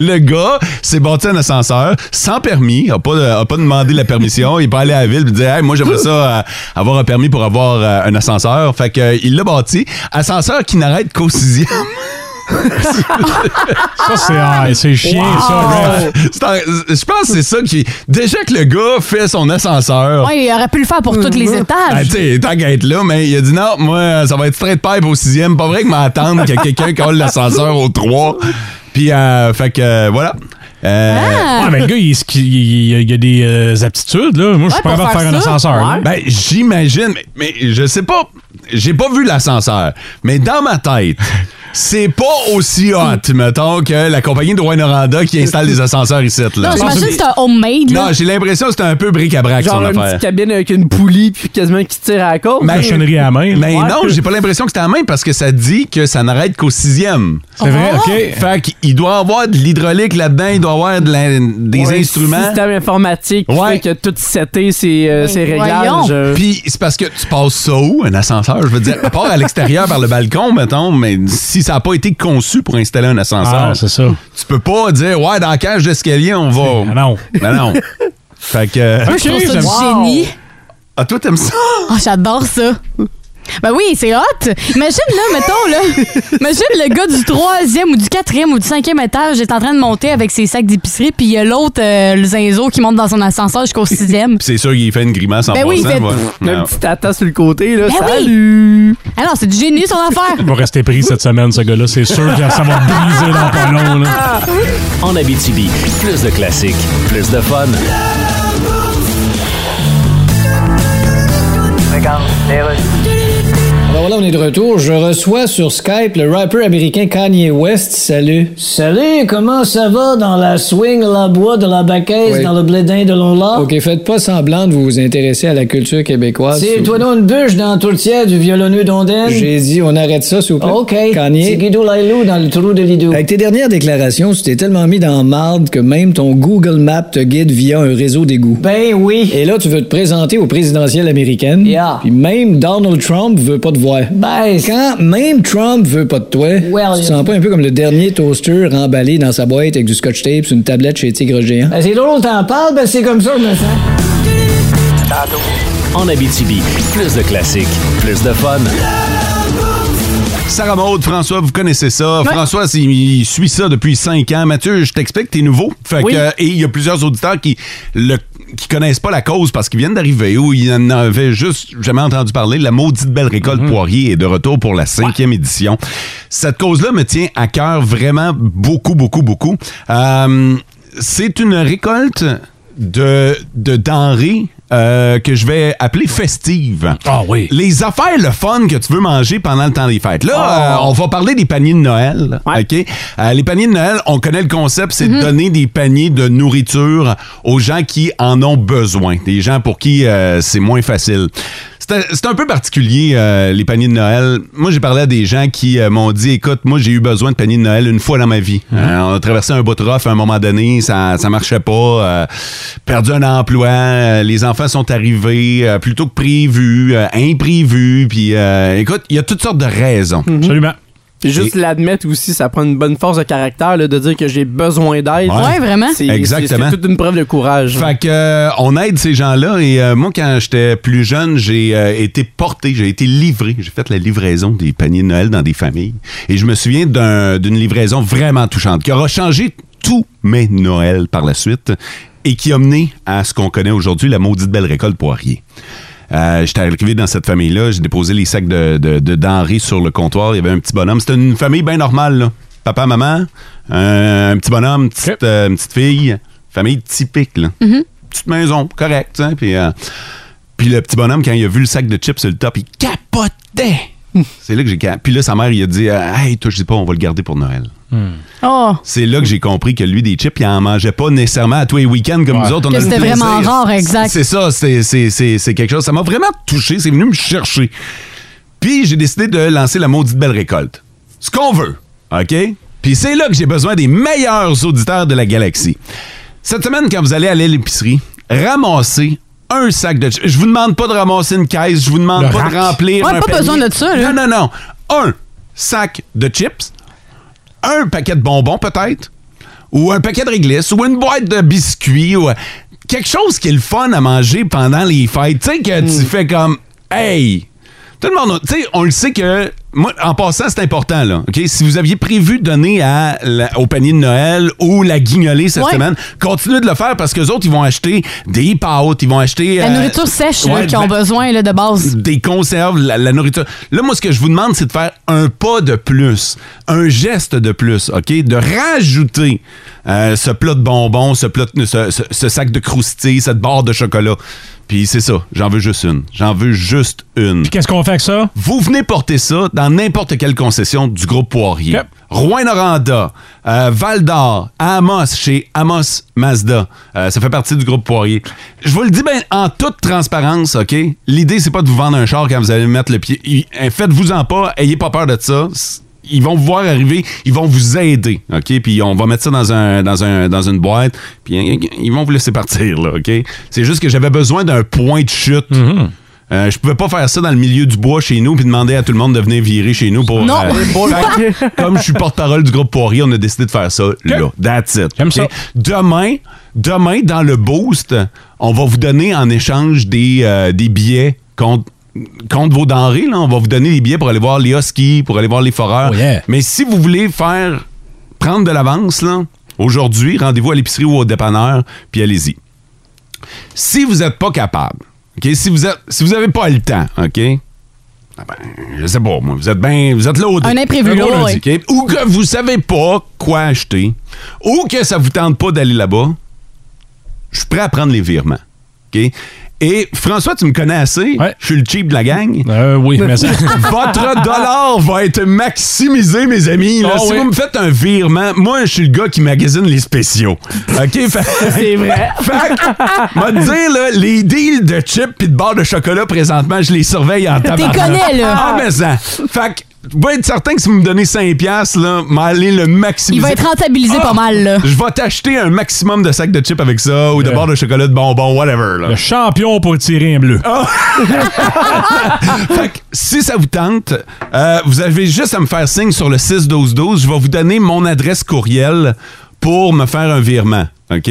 le gars s'est bâti un ascenseur sans permis, a pas, de- a pas demandé la permission. Il est pas allé à la ville et dit Hey, Moi, j'aimerais ça euh, avoir un permis pour avoir euh, un ascenseur. Fait qu'il l'a bâti. Ascenseur qui n'arrête qu'au sixième. Ça, c'est ah, c'est chiant, ça. Ouais. C'est un- Je pense que c'est ça qui. Déjà que le gars fait son ascenseur. Ouais, il aurait pu le faire pour tous les Bah. Ah, étages. tu sais, tant qu'à être là, mais il a dit non, moi, ça va être straight pipe au sixième. Pas vrai que m'attendre que quelqu'un colle l'ascenseur au 3. Puis, euh, fait que, euh, voilà. Euh, Ah. Ouais, mais le gars, il, est ski- il- il- il y a des euh, aptitudes, là. Moi, je suis pas capable de faire un ascenseur. là. Ben, j'imagine, mais, mais je sais pas, j'ai pas vu l'ascenseur, mais dans ma tête, c'est pas aussi hot, mettons, que la compagnie de Rouen Noranda qui installe des ascenseurs ici. Là. Non, j'imagine que c'est un homemade, là. Non, j'ai l'impression que c'est un peu bric-à-brac, Genre son une affaire. petite cabine avec une poulie puis quasiment qui tire à la corde. Machinerie à la main. Mais Ouais. non, j'ai pas l'impression que c'est à la main parce que ça dit que ça n'arrête qu'au sixième. Oh. C'est vrai, Ah! OK. Fait qu'il doit avoir de l'hydraulique là-dedans, il doit avoir de la- des Ouais, instruments. Système informatique qui fait que tout seté, c'est euh, c'est réglages. euh, Puis c'est parce que tu passes ça où, un ascenseur? Je veux dire, à part à l'extérieur par le balcon, mettons, mais si ça n'a pas été conçu pour installer un ascenseur, Ah, c'est ça. Ah tu peux pas dire, ouais, dans la cage d'escalier, on va. non. Non, non. fait que. Moi, je trouve ça du génie. Ah, toi, t'aimes ça? Oh, j'adore ça. Ben oui, c'est hot! Imagine, là, mettons, là, imagine le gars du troisième ou du quatrième ou du cinquième étage est en train de monter avec ses sacs d'épicerie, puis il y a l'autre, euh, le zinzo, qui monte dans son ascenseur jusqu'au sixième. Puis c'est sûr qu'il fait une grimace en Ben oui, il passant. Ah fait- voilà. Même Non. Tu t'attends sur le côté, là. Ben ça- oui! Alors, c'est du génie, son affaire! Il va rester pris cette semaine, ce gars-là. C'est sûr que ça va briser dans pas long. Là. En Abitibi, plus de classiques, plus de fun. Alors voilà, on est de retour. Je reçois sur Skype le rappeur américain Kanye West. Salut. Salut, comment ça va dans la swing, la bois, de la baquette, Oui. dans le blédin de l'Onla? OK, faites pas semblant de vous vous intéresser à la culture québécoise. C'est s'il vous toi non une bûche dans la tourtière du violonneux d'Ondaine? J'ai dit, on arrête ça, s'il vous plaît. OK. Kanye. C'est Guido Lailou dans le trou de Lido. Avec tes dernières déclarations, tu t'es tellement mis dans le marde que même ton Google Maps te guide via un réseau d'égouts. Ben oui. Et là, tu veux te présenter aux présidentielles américaines. Puis même Donald Trump veut pas te voir. Ben, c'est- Quand même Trump veut pas de toi, tu te sens pas un peu comme le dernier toaster emballé dans sa boîte avec du scotch tape sur une tablette chez Tigre Géant? Ben, c'est drôle, t'en parles, ben c'est comme ça, je me sens. En Abitibi, plus de classiques, plus de fun. Sarah Maud, François, vous connaissez ça. François, c'est- il suit ça depuis cinq ans. Mathieu, je t'explique, t'es nouveau. Fait que, euh, et il y a plusieurs auditeurs qui le qui connaissent pas la cause parce qu'ils viennent d'arriver ou ils n'en avaient juste jamais entendu parler. La maudite belle récolte Poirier est de retour pour la cinquième édition. Cette cause-là me tient à cœur vraiment beaucoup, beaucoup, beaucoup. Euh, c'est une récolte de, de denrées euh, que je vais appeler festive. Ah oui. Les affaires, le fun que tu veux manger pendant le temps des fêtes. Là, euh, on va parler des paniers de Noël. OK? Euh, les paniers de Noël, on connaît le concept, c'est de donner des paniers de nourriture aux gens qui en ont besoin. Des gens pour qui euh, c'est moins facile. C'est un- C'est un peu particulier, euh, les paniers de Noël. Moi, j'ai parlé à des gens qui euh, m'ont dit Écoute, moi, j'ai eu besoin de paniers de Noël une fois dans ma vie. Euh, on a traversé un bout de rough à un moment donné, ça, ça marchait pas. euh, perdu un emploi, euh, les enfants sont arrivés euh, plus tôt que prévu, euh, imprévu. Puis, euh, écoute, il y a toutes sortes de raisons. Absolument. Puis juste l'admettre aussi, ça prend une bonne force de caractère là, de dire que j'ai besoin d'aide. Ouais. Ouais, vraiment. C'est- Exactement. C'est c'est toute une preuve de courage. Fait que euh, on aide ces gens-là et euh, moi quand j'étais plus jeune, j'ai euh, été porté, j'ai été livré, j'ai fait la livraison des paniers de Noël dans des familles et je me souviens d'un- d'une livraison vraiment touchante qui aura changé tous mes Noëls par la suite et qui a mené à ce qu'on connaît aujourd'hui la maudite belle récolte Poirier. Euh, J'étais arrivé dans cette famille-là, j'ai déposé les sacs de, de- de denrées sur le comptoir. Il y avait un petit bonhomme. C'était une famille bien normale. là. Papa, maman, euh, un petit bonhomme, petite, euh, une petite fille. Famille typique. Là. Petite maison, correct. hein, Puis, euh, puis le petit bonhomme, quand il a vu le sac de chips sur le top, il capotait. C'est là que j'ai... cap- Puis là, sa mère, il a dit euh, Hey, toi, je dis pas, on va le garder pour Noël. » Oh! C'est là que j'ai compris que lui, des chips, il en mangeait pas nécessairement à tous les week-ends comme nous autres. On Que a le c'était plaisir. vraiment rare, exact. C'est ça, c'est- c'est c'est- c'est quelque chose. Ça m'a vraiment touché, c'est venu me chercher. Puis j'ai décidé de lancer la maudite belle récolte. Ce qu'on veut, OK? Puis c'est là que j'ai besoin des meilleurs auditeurs de la galaxie. Cette semaine, quand vous allez aller à l'épicerie, ramassez un sac de chips. Je vous demande pas de ramasser une caisse, je vous demande Le pas de rack. remplir Ouais, un pas besoin panier. de ça, là. Non, non, non. Un sac de chips, un paquet de bonbons peut-être, ou un paquet de réglisse, ou une boîte de biscuits, ou euh, quelque chose qui est le fun à manger pendant les fêtes. Tu sais que Mm. tu fais comme Hey! Tout le monde, a- tu sais, on le sait que. Moi, en passant, c'est important, là. OK? Si vous aviez prévu de donner à la- au panier de Noël ou la guignolée cette Ouais. semaine, continuez de le faire parce que les autres, ils vont acheter des pâtes, ils vont acheter. La euh, nourriture sèche, là, ouais, qui ont ben- besoin, là, de base. des conserves, la, la nourriture. Là, moi, ce que je vous demande, c'est de faire un pas de plus, un geste de plus, OK? De rajouter euh, ce plat de bonbons, ce, plat de- ce, ce- ce sac de croustilles, cette barre de chocolat. Puis c'est ça, j'en veux juste une. J'en veux juste une. Puis qu'est-ce qu'on fait avec ça? Vous venez porter ça dans n'importe quelle concession du groupe Poirier. Rouen-Noranda, euh, Val-d'Or, à Amos, chez Amos Mazda. Euh, ça fait partie du groupe Poirier. Je vous le dis ben, en toute transparence, OK? L'idée, c'est pas de vous vendre un char quand vous allez mettre le pied. Y- hein, Faites-vous-en pas, ayez pas peur de ça. C- Ils vont vous voir arriver, ils vont vous aider, OK? Puis on va mettre ça dans, un, dans, un, dans une boîte, puis hein, ils vont vous laisser partir, là, OK? C'est juste que j'avais besoin d'un point de chute. Euh, je pouvais pas faire ça dans le milieu du bois chez nous puis demander à tout le monde de venir virer chez nous pour. euh, Non. fait que, comme je suis porte-parole du groupe Poirier, on a décidé de faire ça là. That's it. OK? Demain, demain dans le boost, on va vous donner en échange des, euh, des billets contre contre vos denrées. Là. On va vous donner les billets pour aller voir les huskies, pour aller voir les foreurs. Mais si vous voulez faire prendre de l'avance, là, aujourd'hui, rendez-vous à l'épicerie ou au dépanneur, puis allez-y. Si vous n'êtes pas capable, OK, si vous êtes, si vous n'avez pas le temps, OK, ah ben, je sais pas, moi, vous êtes bien, vous êtes loadé. Un imprévu, gros là, lundi, OK? Ou que vous savez pas quoi acheter, ou que ça vous tente pas d'aller là-bas, je suis prêt à prendre les virements. OK? Et François, tu me connais assez. Je suis le cheap de la gang. Euh, oui, mais ça- Votre dollar va être maximisé, mes amis. là. Ah si oui. vous me faites un virement, moi, je suis le gars qui magasine les spéciaux. OK? C'est vrai. Fait que, m'a dire, là, les deals de chips puis de barres de chocolat, présentement, je les surveille en tabac. connais, là. Ah, mais ça. Fait que, va être certain que si vous me donnez 5 piastres, là, m'aller le maximum. Il va être rentabilisé pas mal, là. Je vais t'acheter un maximum de sacs de chips avec ça, ou de barres de chocolat, de bonbons, whatever. Là. Euh. Ah! Le champion pour tirer un bleu. Fait que, si ça vous tente, euh, vous avez juste à me faire signe sur le 6-12-12. Je vais vous donner mon adresse courriel pour me faire un virement. OK?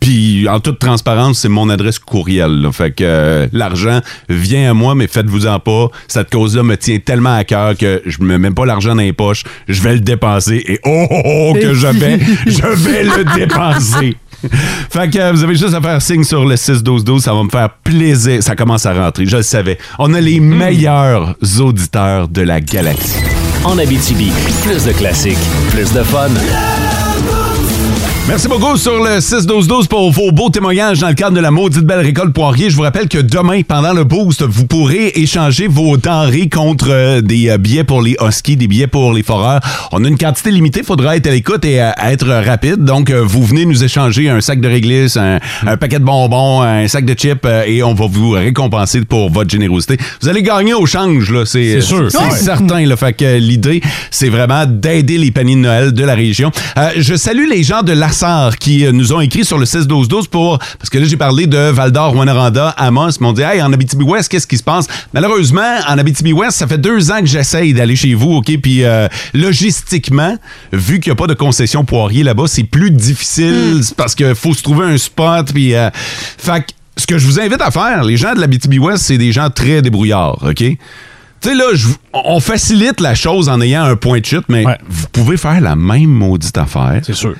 Puis, en toute transparence, c'est mon adresse courriel. là. Fait que euh, l'argent vient à moi, mais faites-vous-en pas. Cette cause-là me tient tellement à cœur que je me mets pas l'argent dans les poches. Je vais le dépenser et oh, oh, oh que je vais, je vais le dépenser. Fait que euh, vous avez juste à faire signe sur le 6-12-12, ça va me faire plaisir. Ça commence à rentrer, je le savais. On a les meilleurs auditeurs de la galaxie. En Abitibi, plus de classiques, plus de fun. Merci beaucoup sur le 6-12-12 pour vos beaux témoignages dans le cadre de la maudite belle récolte poirier. Je vous rappelle que demain, pendant le boost, vous pourrez échanger vos denrées contre euh, des euh, billets pour les huskies, des billets pour les foreurs. On a une quantité limitée, faudra être à l'écoute et euh, être rapide. Donc, euh, vous venez nous échanger un sac de réglisse, un, un paquet de bonbons, un sac de chips euh, et on va vous récompenser pour votre générosité. Vous allez gagner au change, là. C'est euh, C'est sûr. C'est Ouais. certain. Là, fait que euh, l'idée, c'est vraiment d'aider les paniers de Noël de la région. Euh, je salue les gens de Lassar qui euh, nous ont écrit sur le 16-12-12 pour. Parce que là, j'ai parlé de Val d'Or, Rwanda, Amos. Ils m'ont dit, hey, en Abitibi-Ouest, qu'est-ce qui se passe? Malheureusement, en Abitibi-Ouest, ça fait deux ans que j'essaye d'aller chez vous, OK? Puis euh, logistiquement, vu qu'il n'y a pas de concession poirier là-bas, c'est plus difficile c'est parce qu'il faut se trouver un spot. Puis. euh, fait que ce que je vous invite à faire, les gens de la BTB-Ouest, c'est des gens très débrouillards, OK? Tu sais, là, je- on facilite la chose en ayant un point de chute, mais vous pouvez faire la même maudite affaire. C'est sûr.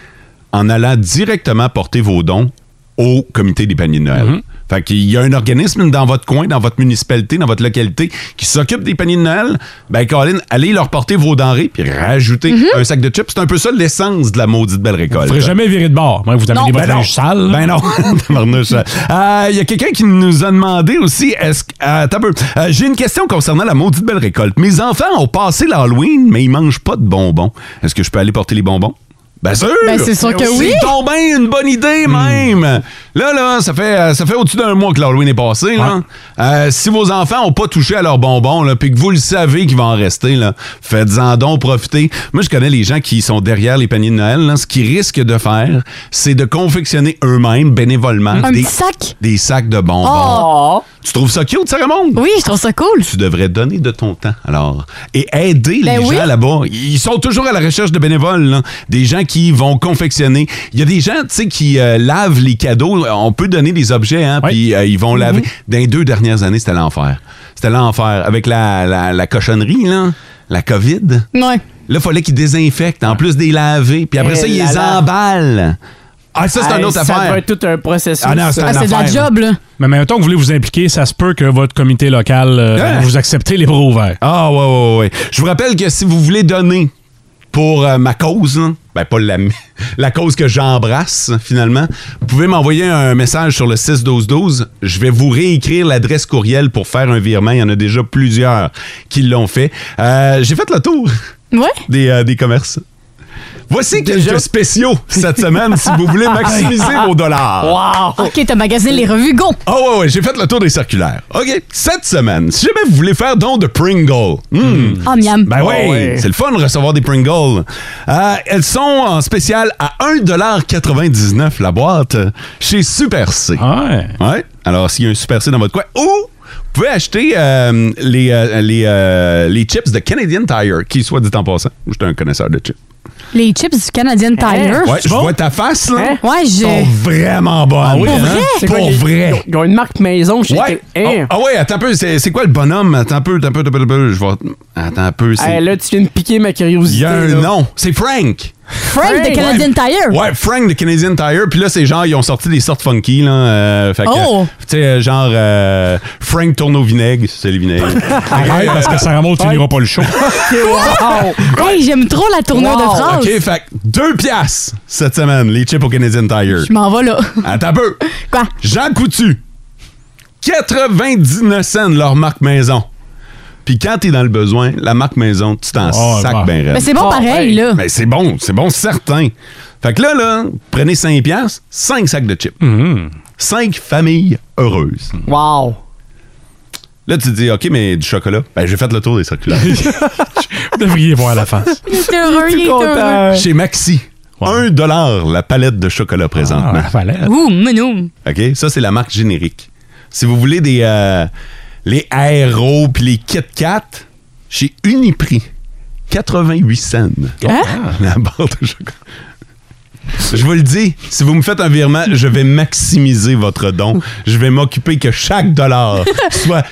En allant directement porter vos dons au comité des paniers de Noël. Mm-hmm. Fait qu'il y a un organisme dans votre coin, dans votre municipalité, dans votre localité qui s'occupe des paniers de Noël. Ben, Colin, allez leur porter vos denrées puis rajoutez un sac de chips. C'est un peu ça l'essence de la maudite belle récolte. Vous ferez jamais virer de bord. Moi, vous amenez Non. Ben votre non. linge sale. Ben non. Tabarnouche. Euh, Il y a quelqu'un qui nous a demandé aussi, est-ce que... euh, attends un peu. Euh, J'ai une question concernant la maudite belle récolte. Mes enfants ont passé l'Halloween, mais ils mangent pas de bonbons. Est-ce que je peux aller porter les bonbons? Ben sûr! Ben, c'est sûr que oui. C'est donc bien une bonne idée, Hmm. même! Là, là, ça fait, euh, ça fait au-dessus d'un mois que l'Halloween est passé, là. Euh, si vos enfants n'ont pas touché à leurs bonbons, là, puis que vous le savez qu'il va en rester, là, faites-en donc profiter. Moi, je connais les gens qui sont derrière les paniers de Noël, là. Ce qu'ils risquent de faire, c'est de confectionner eux-mêmes, bénévolement, Un petit sac? des sacs de bonbons. Oh! Tu trouves ça cute, ça, Raymond? Oui, je trouve ça cool. Tu devrais donner de ton temps, alors, et aider Ben les oui. gens là-bas. Ils sont toujours à la recherche de bénévoles, là. des gens qui vont confectionner. Il y a des gens, tu sais, qui euh, lavent les cadeaux. On peut donner des objets, hein, puis euh, ils vont Mhm. laver. Dans les deux dernières années, c'était l'enfer. C'était l'enfer. Avec la, la, la cochonnerie, là, la COVID. Ouais. Là, il fallait qu'ils désinfectent, en plus des laver. Puis après Eh ça, ils là les là. emballent. Ah, ça, c'est Hey, une autre ça affaire. doit être tout un processus. Ah non, c'est ça. une Ah, c'est de la affaire, job, là. Mais maintenant que vous voulez vous impliquer, ça se peut que votre comité local euh, Hein? vous acceptez les bras ouverts. Ah, ouais, ouais, ouais. Je vous rappelle que si vous voulez donner pour euh, ma cause, là, ben pas la, mi- la cause que j'embrasse finalement, vous pouvez m'envoyer un message sur le 6-12-12. Je vais vous réécrire l'adresse courriel pour faire un virement. Il y en a déjà plusieurs qui l'ont fait. Euh, J'ai fait le tour Ouais. des, euh, des commerces. Voici quelques spéciaux cette semaine si vous voulez maximiser vos dollars. OK, t'as magasiné les revues, go! Ah ouais, ouais, j'ai fait le tour des circulaires. OK, cette semaine, si jamais vous voulez faire don de Pringle. hmm. Ah, miam. Ben oui, Ah ouais. c'est le fun de recevoir des Pringles. Euh, elles sont en spécial à 1,99$ la boîte euh, chez Super C. Ah Ouais. Alors, s'il y a un Super C dans votre coin, ou vous pouvez acheter euh, les, euh, les, euh, les chips de Canadian Tire, qui, soit dit en passant, je suis un connaisseur de chips. Les chips du Eh. Canadian Tire. Ouais, je vois ta face, là. Hein? Ouais, je- Sont vraiment bonnes. Ah oui, Pour hein? vrai? C'est Pour quoi, ils- vrai. Ils ont une marque maison chez Ouais. Hein? Ah, ah ouais, attends un peu, c'est c'est quoi le bonhomme? Attends un peu, attends un peu, attends un peu. Oh, Je vais... Attends un peu, c'est... Hey, Eh, là, tu viens de piquer ma curiosité. Il y a un là. nom. C'est Frank. Frank de Canadian Tire. Ouais, Frank de Canadian Tire. Puis là, c'est genre, ils ont sorti des sortes funky, là. euh, fait que, Oh! tu sais, genre, euh, Frank tourne au vinaigre, c'est le vinaigre. Arrête, parce que Sarah Maud, tu Ouais. n'iras pas le show. Hey, j'aime trop la tournure de Wow! phrase. OK, fait que deux piastres cette semaine, les chips au Canadian Tire. Je m'en vais là. Attends un peu. Quoi? Jean Coutu. 99 cents leur marque maison. Puis quand t'es dans le besoin, la marque maison, tu t'en Ah, sacs bah. ben raide. Mais c'est bon Ah, pareil, ouais. là. Mais c'est bon, c'est bon certain. Fait que là, là, prenez 5 piastres, 5 sacs de chips. 5 familles heureuses. Wow! Là, tu te dis, OK, mais du chocolat. Ben, j'ai fait le tour des circulaires. Vous devriez voir la face. Il est heureux, il est heureux. Chez Maxi, 1 dollar la palette de chocolat présentement. Ouh, menou. OK? Ça, c'est la marque générique. Si vous voulez des euh, les Aéro puis les Kit Kat, chez Uniprix, 88 cents. Ah! Hein? La barre de chocolat. Je vous le dis, si vous me faites un virement, je vais maximiser votre don. Je vais m'occuper que chaque dollar soit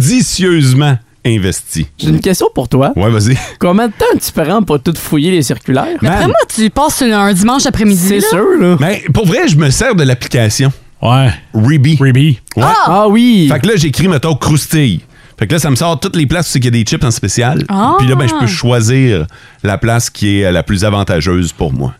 judicieusement investi. J'ai une question pour toi. Ouais, vas-y. Combien de temps tu prends pour tout fouiller les circulaires? Mais après moi, tu passes une- un dimanche après-midi. C'est là. sûr, là. Mais Ben, pour vrai, je me sers de l'application. Ouais. Reebie. Reebie. Ouais. Ah! oui. Fait que là, j'écris, mettons, croustille. Fait que là, ça me sort toutes les places où c'est qu'il y a des chips en spécial. Ah! Puis là, ben, je peux choisir la place qui est la plus avantageuse pour moi.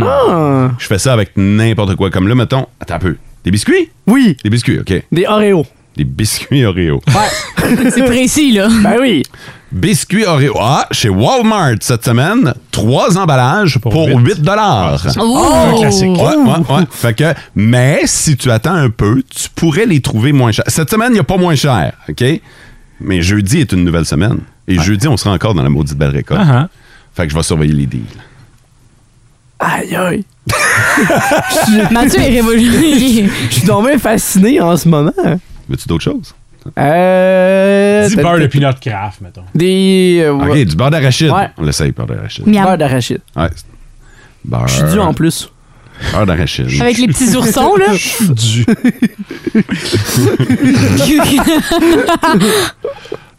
Ah. Hmm. Je fais ça avec n'importe quoi. Comme là, mettons, attends un peu. Des biscuits? Oui. Des biscuits, OK. Des Oreos. Des biscuits Oreo. C'est précis, là. Ben oui. Biscuits Oreo. Ah, chez Walmart cette semaine, trois emballages pour, 8 dollars. ça. Oh! Un classique. Ouais, ouais, ouais. Fait que, mais si tu attends un peu, tu pourrais les trouver moins chers. Cette semaine, il n'y a pas moins cher, OK? Mais jeudi est une nouvelle semaine. Et jeudi, on sera encore dans la maudite belle récolte. Uh-huh. Fait que je vais surveiller les deals. Aïe, aïe. Mathieu est révolu. Je suis tombé fasciné en ce moment. Veux-tu d'autres choses? Euh. Dis t'as- beurre de t'as- peanut craft, mettons. Des. euh, OK, ouais. du beurre d'arachide. Ouais. On l'essaye, beurre d'arachide. Miam. Beurre d'arachide. Ouais. Beurre. Je suis dû en plus. Beurre d'arachide. Avec les petits oursons, là. du.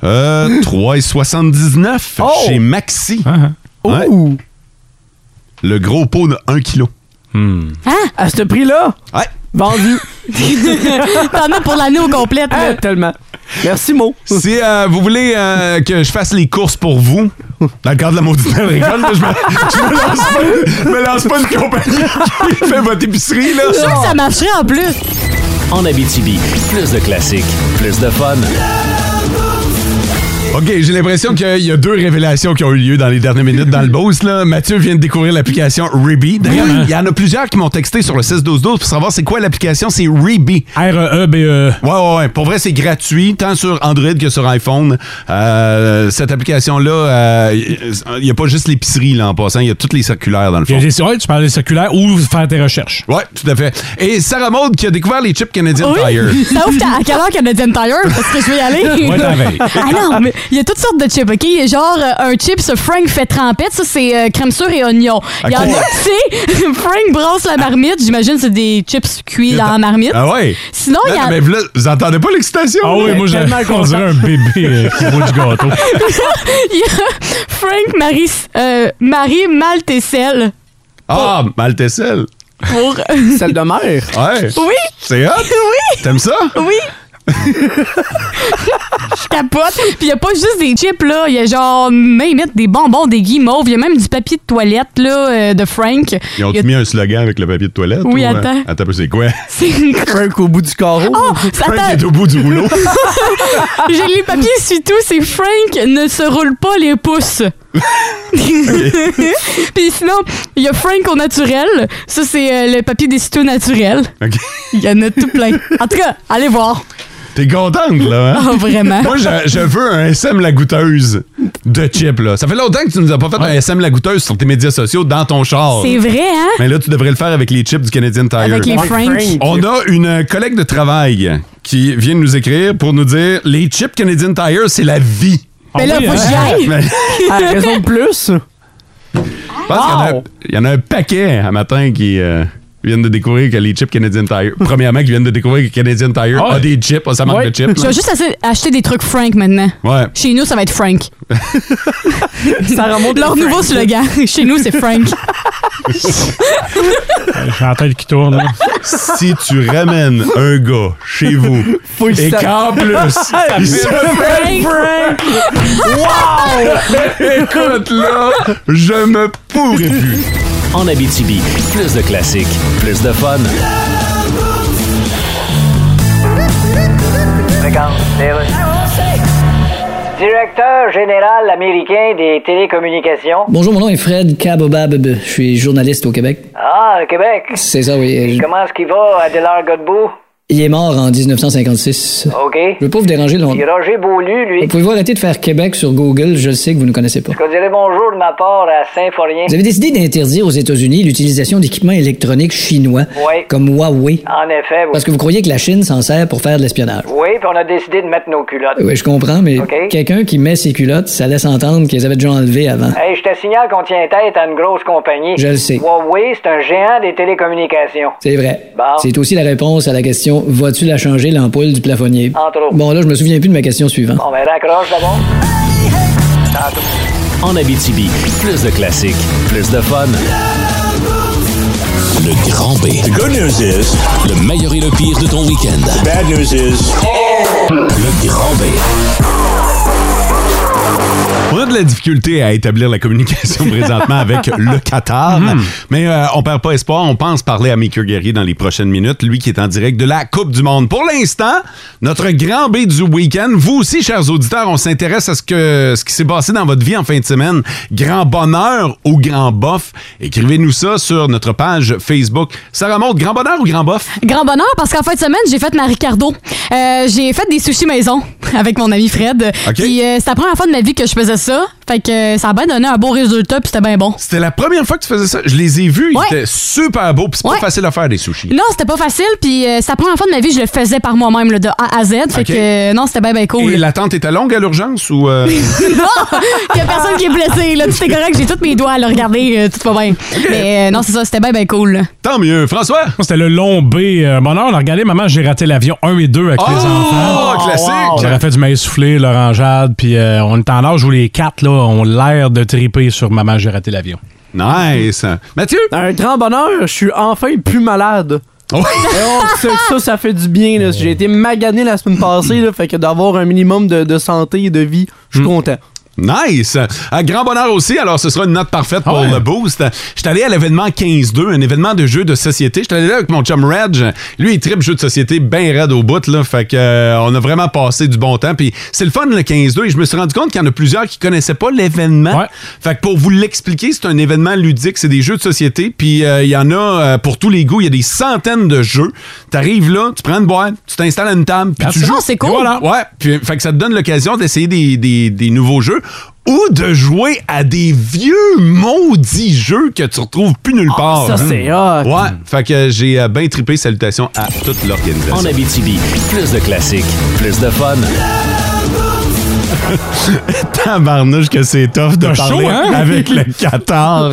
Euh, 3,79 Oh! chez Maxi. Ah, Ouais. Le gros pot de 1 kg. Hmm. Hein? À ce prix-là? Ouais. Vendu. T'en as pour l'année au complète, là. Ah, tellement. Merci, Mo. Si euh, vous voulez euh, que je fasse les courses pour vous, dans le cadre de la maudite récolte, là, je, me, je me lance pas, me lance pas une compagnie qui fait votre épicerie. Là. Je suis sûr que ça marcherait en plus. En Abitibi, plus de classiques, plus de fun. OK, j'ai l'impression qu'il y a deux révélations qui ont eu lieu dans les dernières minutes dans le boss. Là. Mathieu vient de découvrir l'application Reebie. D'ailleurs, il y en a plusieurs qui m'ont texté sur le 16-12-12 pour savoir c'est quoi l'application. C'est Reebie. E R-E-E-B-E. Ouais, ouais, ouais. Pour vrai, c'est gratuit, tant sur Android que sur iPhone. Euh, cette application-là, euh, il n'y a pas juste l'épicerie, là, en passant. Il y a toutes les circulaires, dans le fond. Puis, j'ai- ouais, tu parles des circulaires ou faire tes recherches. Ouais, tout à fait. Et Sarah Maud qui a découvert les chips Canadian Tire. Ça ouvre à à quelle heure Canadian Tire? Parce que je vais y aller. Ouais, t'en veilles. ah non, mais il y a toutes sortes de chips, OK? Il y a Genre, euh, un chip, ce Frank fait trempette, ça, c'est euh, crème sûre et oignon. Il y en a, OK. tu sais, Frank brosse la marmite. J'imagine c'est des chips cuits dans la marmite. Ah ouais? Sinon, Oh, il y Là, a... Mais là, vous entendez pas l'excitation? Ah oui, moi, j'ai- on dirait un bébé euh, qui boit du gâteau. il y a Frank Marie, euh, Marie Maltesel Ah, Maltesel. pour... Celle de mère. Ouais. Oui. C'est hot? Oui. T'aimes ça? Oui. Je capote. Puis il n'y a pas juste des chips, là. Il y a genre, même ils mettent des bonbons, des guimauves. Il y a même du papier de toilette, là, euh, de Frank. Ils ont Il y a- mis un slogan avec le papier de toilette? Oui, ou, euh, attends. Attends, un peu, c'est quoi? C'est Frank au bout du carreau. Oh, ça Frank est attend. au bout du rouleau. J'ai lu le papier sur tout, c'est Frank ne se roule pas les pouces. Puis sinon, il y a Frank au naturel. Ça, c'est euh, le papier des citrons naturels. OK. Il y en a tout plein. En tout cas, allez voir. T'es contente, là, hein? Ah, vraiment. Moi, je, je veux un SM la goûteuse de chips, là. Ça fait longtemps que tu nous as pas fait un SM la goûteuse sur tes médias sociaux dans ton char. C'est vrai, hein? Mais là, tu devrais le faire avec les chips du Canadian Tire. Avec les Frank. On a une collègue de travail qui vient de nous écrire pour nous dire les chips Canadian Tire, c'est la vie. Ben Ah hein? hein? Mais là, faut que j'y aille. Mais- Ah, raison de plus. Je pense qu'il y en a- il y, en a un paquet à matin qui euh, viennent de découvrir que les chips Canadian Tire. Premièrement, qui viennent de découvrir que Canadian Tire Ah ouais. a des chips, ça manque Ouais. de chips. Je vais juste assez- acheter des trucs Frank maintenant. Ouais. Chez nous, ça va être Frank. ça remonte Leur les nouveau Frank. slogan. Chez nous, c'est Frank. J'ai la tête qui tourne. là. si tu ramènes un gars chez vous Faut qu'il et s'appelle- qu'en plus il s'appelle Frank. Wow! Écoute là, je me pourrais plus. En Abitibi, plus de classiques, plus de fun. Directeur général américain des télécommunications. Bonjour, mon nom est Fred Kabobab. Je suis journaliste au Québec. Ah, le Québec. C'est ça, oui. Je- Comment est-ce qu'il va, Adélard Godbout? Il est mort en 1956. OK. Je veux pas vous déranger longtemps. Puis Roger Beaulieu, lui. Vous pouvez-vous arrêter de faire Québec sur Google? Je le sais que vous ne connaissez pas. Je dirais bonjour de ma part à Saint-Forien. Vous avez décidé d'interdire aux États-Unis l'utilisation d'équipements électroniques chinois Oui. comme Huawei En effet, oui. parce que vous croyez que la Chine s'en sert pour faire de l'espionnage. Oui, puis on a décidé de mettre nos culottes. Oui, je comprends, mais OK. quelqu'un qui met ses culottes, ça laisse entendre qu'ils avaient déjà enlevé avant. Hey, je te signale qu'on tient tête à une grosse compagnie. Je le sais. Huawei, c'est un géant des télécommunications. C'est vrai. Bon. C'est aussi la réponse à la question Vas-tu la changer l'ampoule du plafonnier? Entre autres. Bon, là, je me souviens plus de ma question suivante. Bon, ben raccroche d'abord. En Abitibi, plus de classiques, plus de fun. Le grand B. The good news is... Le meilleur et le pire de ton week-end. bad news is... Le grand B. On a de la difficulté à établir la communication présentement avec le Qatar, mais euh, on perd pas espoir. On pense parler à Mickey Guerrier dans les prochaines minutes, lui qui est en direct de la Coupe du Monde. Pour l'instant, notre grand B du week-end. Vous aussi, chers auditeurs, on s'intéresse à ce que ce qui s'est passé dans votre vie en fin de semaine. Grand bonheur ou grand bof. Écrivez-nous ça sur notre page Facebook. Ça remonte grand bonheur ou grand bof? Grand bonheur parce qu'en fin de semaine, j'ai fait ma Ricardo. Euh, j'ai fait des sushis maison avec mon ami Fred. OK. Puis euh, c'est la première fois de ma vie que je faisais ça. Fait que euh, ça a bien donné un beau résultat puis c'était bien bon. C'était la première fois que tu faisais ça. Je les ai vus. Ils Ouais. étaient super beaux. Puis c'est Ouais. pas facile à faire des sushis. Non, c'était pas facile puis euh, c'est la première fois de ma vie que je le faisais par moi-même là, de A à Z. Fait OK. que euh, non, c'était bien bien cool. Et l'attente était longue à l'urgence ou... euh? non! Oh! Il y a personne qui est blessé, là. Tout est correct, j'ai tous mes doigts à le regarder, euh, tout va bien. Mais euh, non, c'est ça, c'était bien, bien cool. Tant mieux. François? C'était le long B. euh, bonheur, on a regardé Maman, j'ai raté l'avion 1 et 2 avec les enfants. Oh, Ah, classique! J'aurais fait du maïs soufflé, l'orangeade, puis euh, on est en âge où les quatre là, ont l'air de triper sur Maman, j'ai raté l'avion. Ben, Nice! Mathieu? Un grand bonheur, je suis enfin plus malade. Et oh, ça, ça, ça fait du bien. là. J'ai été magané la semaine passée, là, fait que d'avoir un minimum de, de santé et de vie, je suis content. Hmm. Nice! À grand bonheur aussi, alors ce sera une note parfaite Ah pour le boost. J'étais allé à l'événement 15-2, un événement de jeux de société. J'étais allé là avec mon chum Reg. Lui, il tripe jeux de société bien raide au bout, là. Fait que, euh, on a vraiment passé du bon temps. Puis c'est le fun, le 15-2. Et je me suis rendu compte qu'il y en a plusieurs qui connaissaient pas l'événement. Fait que pour vous l'expliquer, c'est un événement ludique. C'est des jeux de société. Puis euh, il y en a euh, pour tous les goûts. Il y a des centaines de jeux. T'arrives là, tu prends une boîte, tu t'installes à une table, puis tu Ah, joues. c'est cool. Et voilà. Ouais, puis fait que ça te donne l'occasion d'essayer des, des- des nouveaux jeux ou de jouer à des vieux maudits jeux que tu retrouves plus nulle part. ça, Hum. c'est hot. Ah, hein. Ouais, fait que j'ai euh, bien trippé. Salutations à toute l'organisation. En Abitibi, plus de classiques, plus de fun. Tabarnouche que c'est tough de T'as parler chaud, hein? avec le Qatar.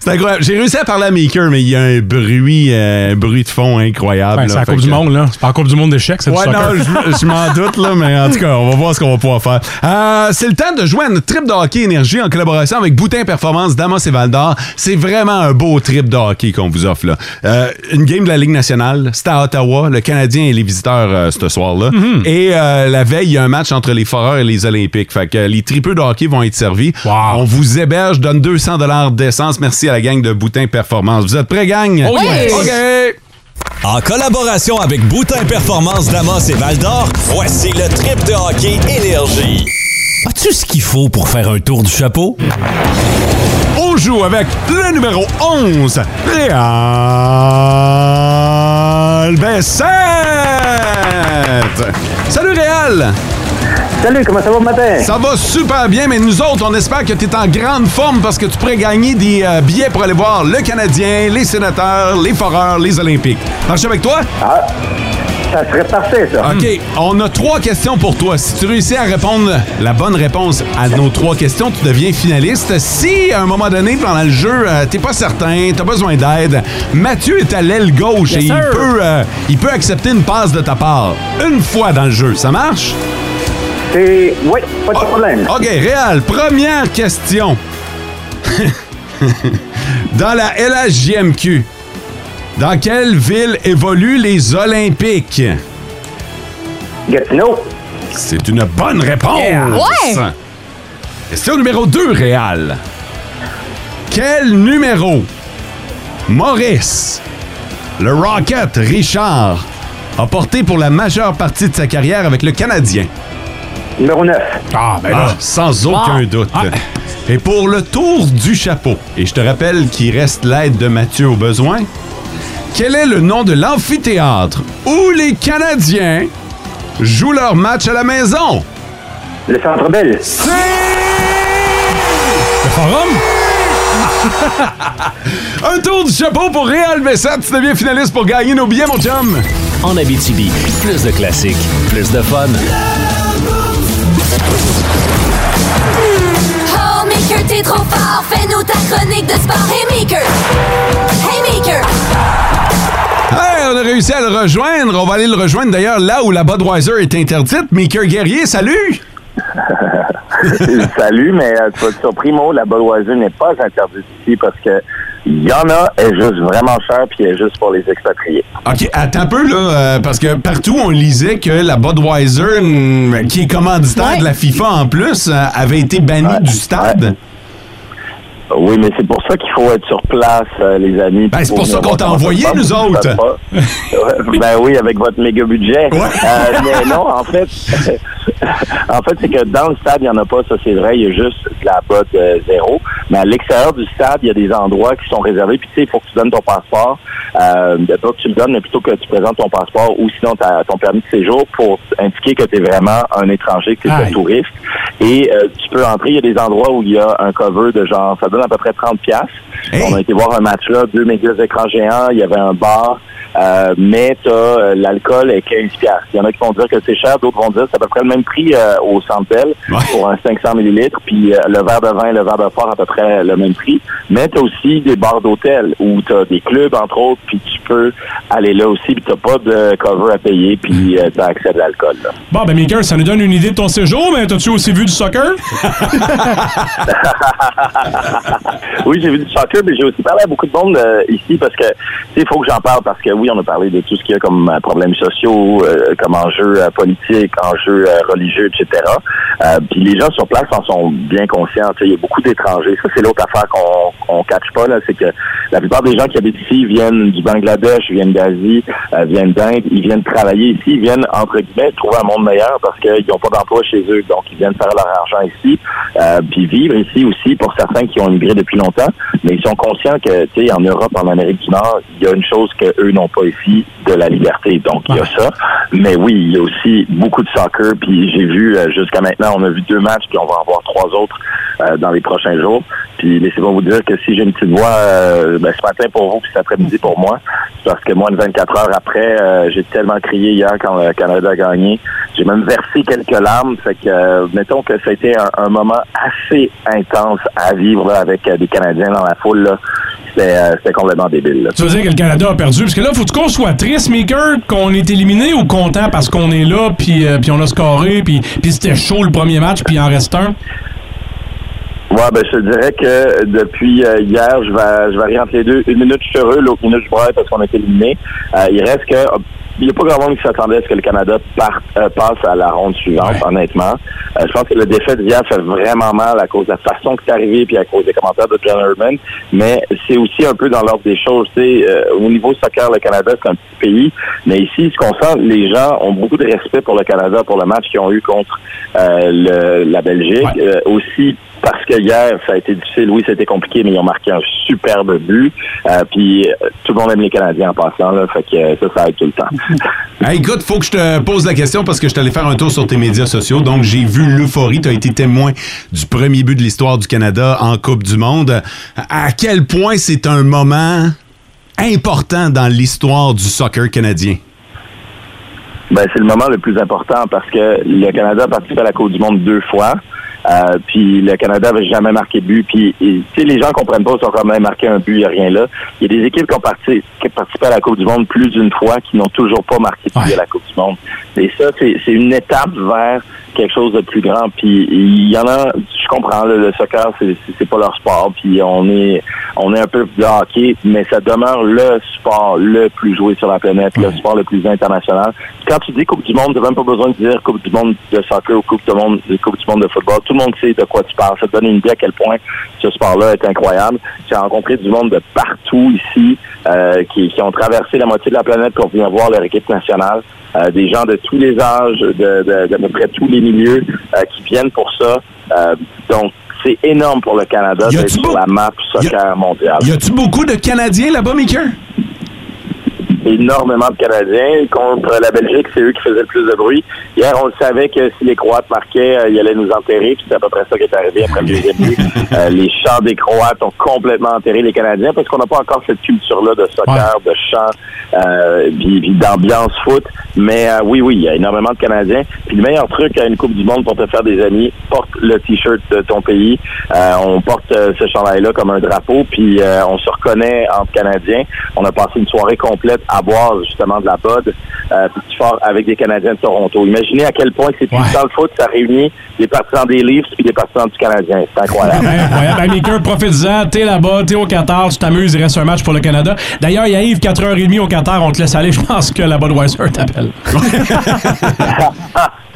C'est incroyable. J'ai réussi à parler à Maker, mais il y a un bruit, euh, un bruit de fond incroyable. Ben, c'est là. la Fait Coupe du que- Monde, là. C'est pas la Coupe du Monde d'échecs, c'est du Ouais, soccer. non, je, je m'en doute, là, mais en tout cas, on va voir ce qu'on va pouvoir faire. Euh, c'est le temps de jouer à notre trip de hockey énergie en collaboration avec Boutin Performance, Damas et Valdor. C'est vraiment un beau trip de hockey qu'on vous offre, là. Euh, une game de la Ligue nationale, c'est à Ottawa. Le Canadien et les visiteurs euh, ce soir-là. Mhm. Et euh, la veille, il y a un match entre les Foreurs et les Olympiques. Fait que euh, les tripeux de hockey vont être servis. On vous héberge, donne 200 d'essence. Merci à la gang de Boutin Performance. Vous êtes prêts, gang? Oh, yes. OK! En collaboration avec Boutin Performance Damas et Val d'Or, voici le trip de hockey Énergie. As-tu ce qu'il faut pour faire un tour du chapeau? On joue avec le numéro 11, Réal Bessette. Salut Réal! Salut, comment ça va matin? Ça va super bien, mais nous autres, on espère que tu es en grande forme parce que tu pourrais gagner des euh, billets pour aller voir le Canadien, les sénateurs, les foreurs, les Olympiques. Marche avec toi? Ah, Ça serait parfait, ça. OK, on a trois questions pour toi. Si tu réussis à répondre la bonne réponse à nos trois questions, tu deviens finaliste. Si, à un moment donné, pendant le jeu, euh, t'es pas certain, t'as besoin d'aide, Mathieu est à l'aile gauche Yes, et il sir. peut, euh, il peut accepter une passe de ta part une fois dans le jeu. Ça marche? C'est. Oui, pas de problème. Oh, OK, Réal, première question. Dans la LHJMQ, dans quelle ville évoluent les Olympiques? Gatineau. C'est une bonne réponse. Yeah. Ouais. Question numéro 2, Réal. Quel numéro Maurice, le Rocket Richard, a porté pour la majeure partie de sa carrière avec le Canadien? Numéro 9. Ah, ben là, sans aucun Ah. doute. Et pour le tour du chapeau, et je te rappelle qu'il reste l'aide de Mathieu au besoin, quel est le nom de l'amphithéâtre où les Canadiens jouent leur match à la maison? Le Centre Bell. C'est... Le Forum? Un tour du chapeau pour Réal Bessette. Tu deviens finaliste pour gagner nos billets, mon chum. En Abitibi, plus de classiques, plus de fun. Oh, Maker, t'es trop fort. Fais-nous ta chronique de sport. Hey, Maker. Hey, Maker. Hey, on a réussi à le rejoindre. On va aller le rejoindre d'ailleurs là où la Budweiser est interdite. Maker Guerrier, salut! Salut, mais euh, tu vas être surpris, Mo, la Budweiser n'est pas interdite ici parce que il y en a, elle est juste vraiment chère puis elle est juste pour les expatriés. OK, attends un peu, là, euh, parce que partout, on lisait que la Budweiser, mm, qui est commanditaire de la FIFA en plus, euh, avait été bannie du stade. Oui, mais c'est pour ça qu'il faut être sur place, euh, les amis. Ben, c'est pour ça qu'on t'a envoyé, nous autres. Ouais, ben oui, avec votre méga budget. Euh, mais non, en fait, en fait, c'est que dans le stade, il n'y en a pas, ça c'est vrai, il y a juste de la botte euh, zéro. Mais à l'extérieur du stade, il y a des endroits qui sont réservés, puis tu sais, il faut que tu donnes ton passeport. Euh, pas que tu le donnes, mais plutôt que tu présentes ton passeport ou sinon ta- ton permis de séjour pour indiquer que tu es vraiment un étranger, que tu es un touriste. Et euh, tu peux entrer, il y a des endroits où il y a un cover de genre, ça donne à peu près 30 piastres. On a été voir un match là, deux méga écrans géants, il y avait un bar. Euh, mais t'as, euh, l'alcool est 15 piastres. Il y en a qui vont dire que c'est cher, d'autres vont dire que c'est à peu près le même prix euh, au Centre Bell pour un 500 millilitres, puis euh, le verre de vin et le verre de fort à peu près le même prix. Mais t'as aussi des bars d'hôtel où t'as des clubs, entre autres, puis tu peux aller là aussi, puis t'as pas de cover à payer, puis euh, t'as accès à de l'alcool. là. Bon, ben, Maker, ça nous donne une idée de ton séjour, mais t'as-tu aussi vu du soccer? oui, j'ai vu du soccer, mais j'ai aussi parlé à beaucoup de monde euh, ici parce que tu sais, il faut que j'en parle parce que oui, on a parlé de tout ce qu'il y a comme euh, problèmes sociaux, euh, comme enjeux euh, politiques, enjeux euh, religieux, etc. Euh, Puis les gens sur place en sont bien conscients. Tu sais, Il y a beaucoup d'étrangers. Ça, c'est l'autre affaire qu'on qu'on catch pas, là, c'est que la plupart des gens qui habitent ici viennent du Bangladesh, viennent d'Asie, euh, viennent d'Inde, ils viennent travailler ici, ils viennent, entre guillemets, trouver un monde meilleur parce qu'ils n'ont pas d'emploi chez eux. Donc, ils viennent faire leur argent ici, euh, puis vivre ici aussi pour certains qui ont immigré depuis longtemps. Mais ils sont conscients que, tu sais, en Europe, en Amérique du Nord, il y a une chose qu'eux n'ont pas ici, de la liberté. Donc, il y a ça. Mais oui, il y a aussi beaucoup de soccer. Puis j'ai vu, euh, jusqu'à maintenant, on a vu deux matchs, puis on va en voir trois autres euh, dans les prochains jours. Puis laissez-moi vous dire que si j'ai une petite voix euh, ben, ce matin pour vous, puis cet après-midi pour moi, c'est parce que moi, une 24 heures après, euh, j'ai tellement crié hier quand le Canada a gagné. J'ai même versé quelques larmes. Fait que, euh, mettons que ça a été un, un moment assez intense à vivre là, avec euh, des Canadiens dans la foule. là. C'était euh, c'était complètement débile. là. tu veux dire que le Canada a perdu? Parce que là, faut-tu qu'on soit triste, Maker, qu'on est éliminé ou content parce qu'on est là, puis euh, puis on a scoré, puis puis c'était chaud le premier match, puis il en reste un? Ouais, ben, je te dirais que depuis euh, hier, je vais, je varie entre les deux. Une minute, je suis heureux, l'autre minute, je braille parce qu'on a été éliminé. Euh, il reste que. Il n'y a pas grand monde qui s'attendait à ce que le Canada parte, euh, passe à la ronde suivante, honnêtement. Euh, je pense que le défait d'hier fait vraiment mal à cause de la façon que c'est arrivé puis à cause des commentaires de John Urban. Mais c'est aussi un peu dans l'ordre des choses. Tu sais, euh, au niveau soccer, le Canada, c'est un petit pays. Mais ici, ce qu'on sent, les gens ont beaucoup de respect pour le Canada, pour le match qu'ils ont eu contre euh, le- la Belgique. Euh, aussi, parce que hier, ça a été difficile. Oui, c'était compliqué, mais ils ont marqué un superbe but. Euh, puis euh, tout le monde aime les Canadiens en passant, là. Fait que euh, ça, ça aide tout le temps. Hey, écoute, faut que je te pose la question parce que je suis allé faire un tour sur tes médias sociaux. Donc, j'ai vu l'euphorie. Tu as été témoin du premier but de l'histoire du Canada en Coupe du Monde. À quel point c'est un moment important dans l'histoire du soccer canadien? Ben, c'est le moment le plus important parce que le Canada a participé à la Coupe du Monde deux fois. Euh, puis le Canada n'avait jamais marqué de but. Puis et, tu sais, les gens comprennent pas, ils sont quand même marqué un but, il n'y a rien là. Il y a des équipes qui ont, parti- qui ont participé à la Coupe du Monde plus d'une fois qui n'ont toujours pas marqué de but à la Coupe du Monde. Et ça, c'est c'est une étape vers quelque chose de plus grand. Puis il y en a, je comprends, le, le soccer, c'est- c'est c'est pas leur sport. Puis on est on est un peu de hockey, mais ça demeure le sport le plus joué sur la planète, le sport le plus international. Quand tu dis Coupe du Monde, t'as même pas besoin de dire Coupe du Monde de soccer ou Coupe du Monde, coupe du monde de football. Tout le monde sait de quoi tu parles. Ça te donne une idée à quel point ce sport-là est incroyable. J'ai rencontré du monde de partout ici euh, qui, qui ont traversé la moitié de la planète pour venir voir leur équipe nationale. Euh, des gens de tous les âges, de, de, d'à peu près tous les milieux euh, qui viennent pour ça. Euh, donc, c'est énorme pour le Canada Y a-tu d'être sur la map soccer mondiale. Y a-tu beaucoup de Canadiens là-bas, Maker? énormément de Canadiens. Contre la Belgique, c'est eux qui faisaient le plus de bruit. Hier, on le savait que si les Croates marquaient, euh, ils allaient nous enterrer. Puis c'est à peu près ça qui est arrivé après le deuxième but. Euh, les chants des Croates ont complètement enterré les Canadiens parce qu'on n'a pas encore cette culture-là de soccer, de chant, euh, puis, puis d'ambiance foot. Mais euh, oui, oui, il y a énormément de Canadiens. Puis le meilleur truc à une Coupe du Monde pour te faire des amis, porte le T-shirt de ton pays. Euh, on porte euh, ce chandail-là comme un drapeau, puis euh, on se reconnaît entre Canadiens. On a passé une soirée complète à boire justement de la bod, euh, puis du fort avec des Canadiens de Toronto. Imaginez à quel point c'est puissant le foot, ça réunit des partisans des Leafs puis des partisans du Canadien. C'est incroyable. Incroyable. Ben, Maker, profites-en. T'es là-bas, t'es au Qatar, tu t'amuses, il reste un match pour le Canada. D'ailleurs, il arrive 4h30 au Qatar, on te laisse aller. Je pense que la Budweiser t'appelle.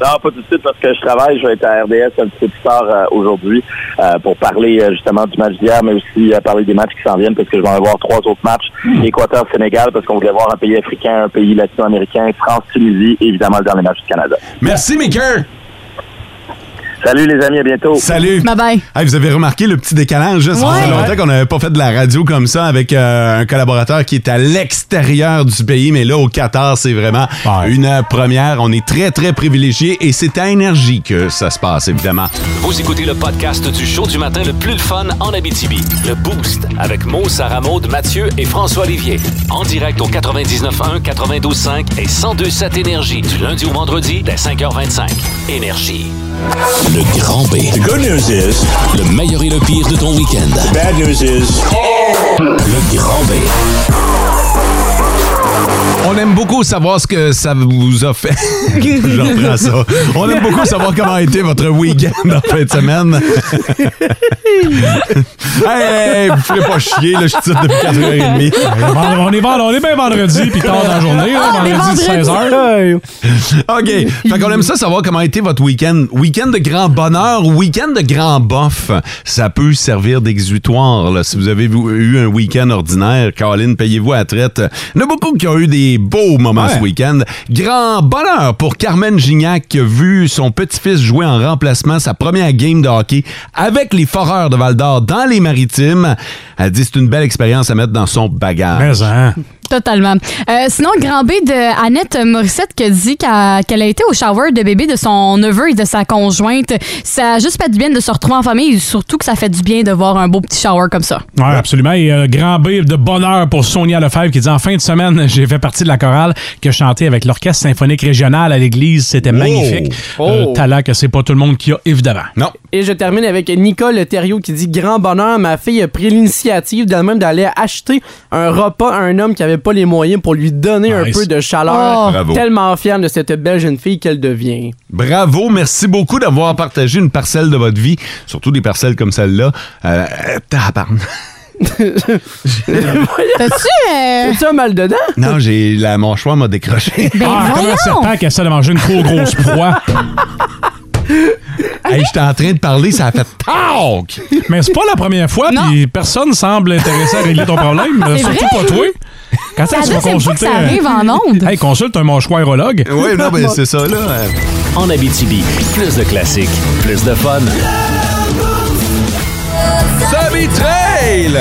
Non, pas tout de suite parce que je travaille. Je vais être à RDS un petit peu plus tard euh, aujourd'hui euh, pour parler euh, justement du match d'hier, mais aussi euh, parler des matchs qui s'en viennent parce que je vais en avoir trois autres matchs. Équateur-Sénégal parce qu'on voulait voir un pays africain, un pays latino-américain, France-Tunisie et évidemment le dernier match du Canada. Merci, Maker! Salut les amis, à bientôt. Salut. Bye bye. vous avez remarqué le petit décalage. là? Ça Ouais. faisait longtemps qu'on n'avait pas fait de la radio comme ça avec euh, un collaborateur qui est à l'extérieur du pays. Mais là, au Qatar, c'est vraiment une euh, première. On est très, très privilégiés et c'est à énergie que ça se passe, évidemment. Vous écoutez le podcast du show du matin le plus le fun en Abitibi. Le Boost avec Mo, Sarah Maud, Mathieu et François Olivier. En direct au 99.1, 92.5 et 102.7 Énergie du lundi au vendredi dès 5h25. Énergie. Le grand B. The good news is. Le meilleur et le pire de ton week-end. bad news is. Le grand B. On aime beaucoup savoir ce que ça vous a fait. Je reprends ça. On aime beaucoup savoir comment a été votre week-end en fin de semaine. hey, hey, vous ferez pas chier, là, je suis depuis 4h30. On est, vend- on est bien vendredi, puis tard dans la journée. là, Ah, vendredi, 16h. OK. Fait qu'on aime ça savoir comment a été votre week-end. Week-end de grand bonheur, week-end de grand bof. Ça peut servir d'exutoire. là. Si vous avez eu un week-end ordinaire, Caroline, payez-vous à la traite. Il y en a beaucoup qui ont eu des beaux moments ce week-end. Grand bonheur pour Carmen Gignac qui a vu son petit-fils jouer en remplacement sa première game de hockey avec les Foreurs de Val-d'Or dans les Maritimes. Elle dit c'est une belle expérience à mettre dans son bagage. hein. Totalement. Euh, sinon, grand B de Annette Morissette qui a dit qu'a- qu'elle a été au shower de bébé de son neveu et de sa conjointe. Ça a juste fait du bien de se retrouver en famille et surtout que ça fait du bien de voir un beau petit shower comme ça. Ouais, absolument. Et euh, grand B de bonheur pour Sonia Lefebvre qui dit En fin de semaine, j'ai fait partie de la chorale qui a chanté avec l'Orchestre symphonique régional à l'église. C'était magnifique. Oh. Euh, talent que c'est pas tout le monde qui a, évidemment. Ah, Non. Et je termine avec Nicole Thériault qui dit Grand bonheur, ma fille a pris l'initiative d'elle-même d'aller acheter un repas à un homme qui avait pas les moyens pour lui donner un Nice. peu de chaleur. Oh. Bravo. Tellement fière de cette belle jeune fille qu'elle devient. Bravo, merci beaucoup d'avoir partagé une parcelle de votre vie, surtout des parcelles comme celle-là. Euh, euh, tabarnak. T'as-tu. euh, T'as-tu un mal dedans? non, j'ai la mâchoire m'a décroché. Ben Ah, comme voyons! un serpent qui essaie de manger une trop grosse proie. Hey, J'étais en train de parler, ça a fait talk. Mais c'est pas la première fois, puis personne semble intéressé à régler ton problème, C'est surtout vrai? pas toi. Quand ça, C'est tu la vas deuxième fois que consulter. ça un- arrive en ondes. Hey, consulte un mâchoirologue. Oui, non, ben, c'est ça, là. En Abitibi, plus de classiques, plus de fun. Free Trail!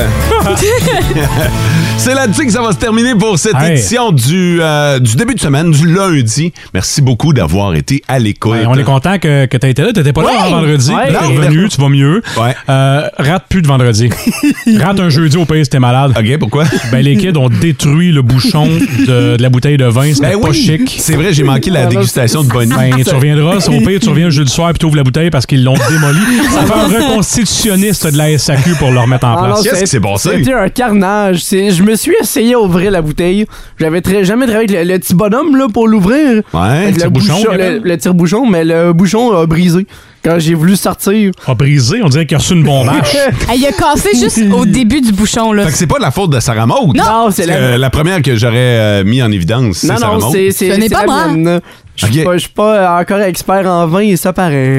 C'est là-dessus que ça va se terminer pour cette Hey. édition du, euh, du début de semaine, du lundi. Merci beaucoup d'avoir été à l'écoute. Ben, on est content que, que tu été là. Tu pas là Ouais. avant vendredi. Ouais. Tu es Non. revenu, tu vas mieux. Euh, rate plus de vendredi. rate un jeudi au pays si t'es malade. OK, pourquoi? Ben, les kids ont détruit le bouchon de, de la bouteille de vin. C'était Ben pas oui. chic. C'est vrai, j'ai manqué la dégustation de Bonnie. Ben, tu reviendras. Au pays, tu reviens le jeudi soir et tu ouvres la bouteille parce qu'ils l'ont démolie. Ça fait un reconstitutionniste de la SAQ pour le remettre en Ah non, place. c'est- C'était un carnage. C'est- Je me suis essayé à ouvrir la bouteille. J'avais très- jamais travaillé avec le, le petit bonhomme là, pour l'ouvrir. Ouais, Fait que le tire-bouchon, bouchon- Gabriel. Le, le tire-bouchon, mais le bouchon a brisé quand j'ai voulu sortir. A brisé? On dirait qu'il a reçu une bombache. Ah, Il a cassé juste au début du bouchon. Là. Fait que c'est pas de la faute de Sarah Maud. Non, Parce c'est que, la- euh, la première que j'aurais euh, mis en évidence. c'est Non, Sarah non, Maud. c'est c'est- Ce n'est c'est pas la moi. mienne. Je suis Ok. pas, je suis pas encore expert en vin et ça paraît.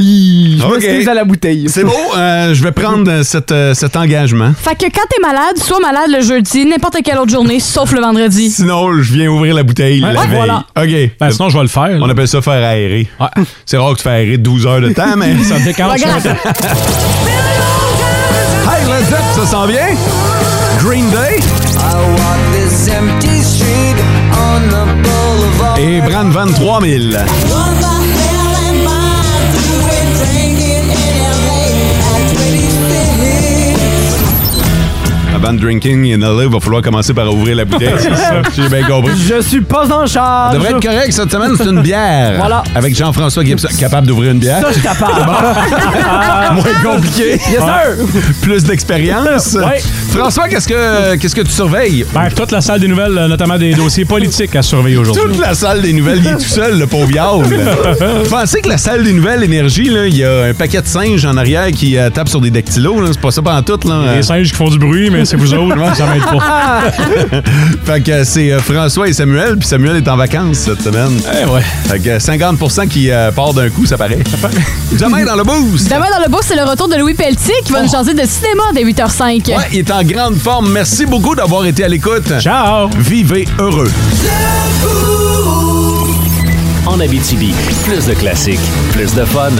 Hi, je Ok. m'excuse à la bouteille. C'est beau, euh, je vais prendre euh, cette, euh, cet engagement. Fait que quand t'es malade, sois malade le jeudi, n'importe quelle autre journée, sauf le vendredi. Sinon, Oh, je viens ouvrir la bouteille la Ouais, veille. voilà. OK. Ben, sinon, je vais le faire. On appelle ça faire aérer. C'est rare que tu fais aérer 12 heures de temps, mais... Ça me décale. Hey, Led Zepp, ça s'en vient? Green Day? Et Brand 23 000. Avant de drinking in LA, il va falloir commencer par ouvrir la bouteille. c'est ça, J'ai bien compris. Je suis pas en Ça charge. devrait être correct cette semaine, c'est une bière. Voilà. Avec Jean-François Gibson, capable d'ouvrir une bière. Ça, je suis capable. Ah, Moins compliqué. Ah. Yes, sir. Plus d'expérience. Ouais. François, qu'est-ce que qu'est-ce que tu surveilles? Ben, toute la salle des nouvelles, euh, notamment des dossiers politiques à surveiller aujourd'hui. Toute la salle des nouvelles, il est tout seul, le pauvre Vous pensez que la salle des nouvelles énergie, là, il y a un paquet de singes en arrière qui euh, tape sur des dactylos, là, c'est pas ça pendant tout, là. Les singes qui font du bruit, mais c'est vous autres, moi, ça m'aide pas. fait que c'est euh, François et Samuel, puis Samuel est en vacances cette semaine. Eh ouais. Fait que 50 qui euh, part d'un coup, ça paraît. Demain dans le boost! Oh. Demain dans le bourse, c'est le retour de Louis Pelletier qui va nous changer de cinéma dès 8h05. Ouais, il est en grande forme. Merci beaucoup d'avoir été à l'écoute. Ciao! Vivez heureux. En Abitibi, plus de classiques, plus de fun.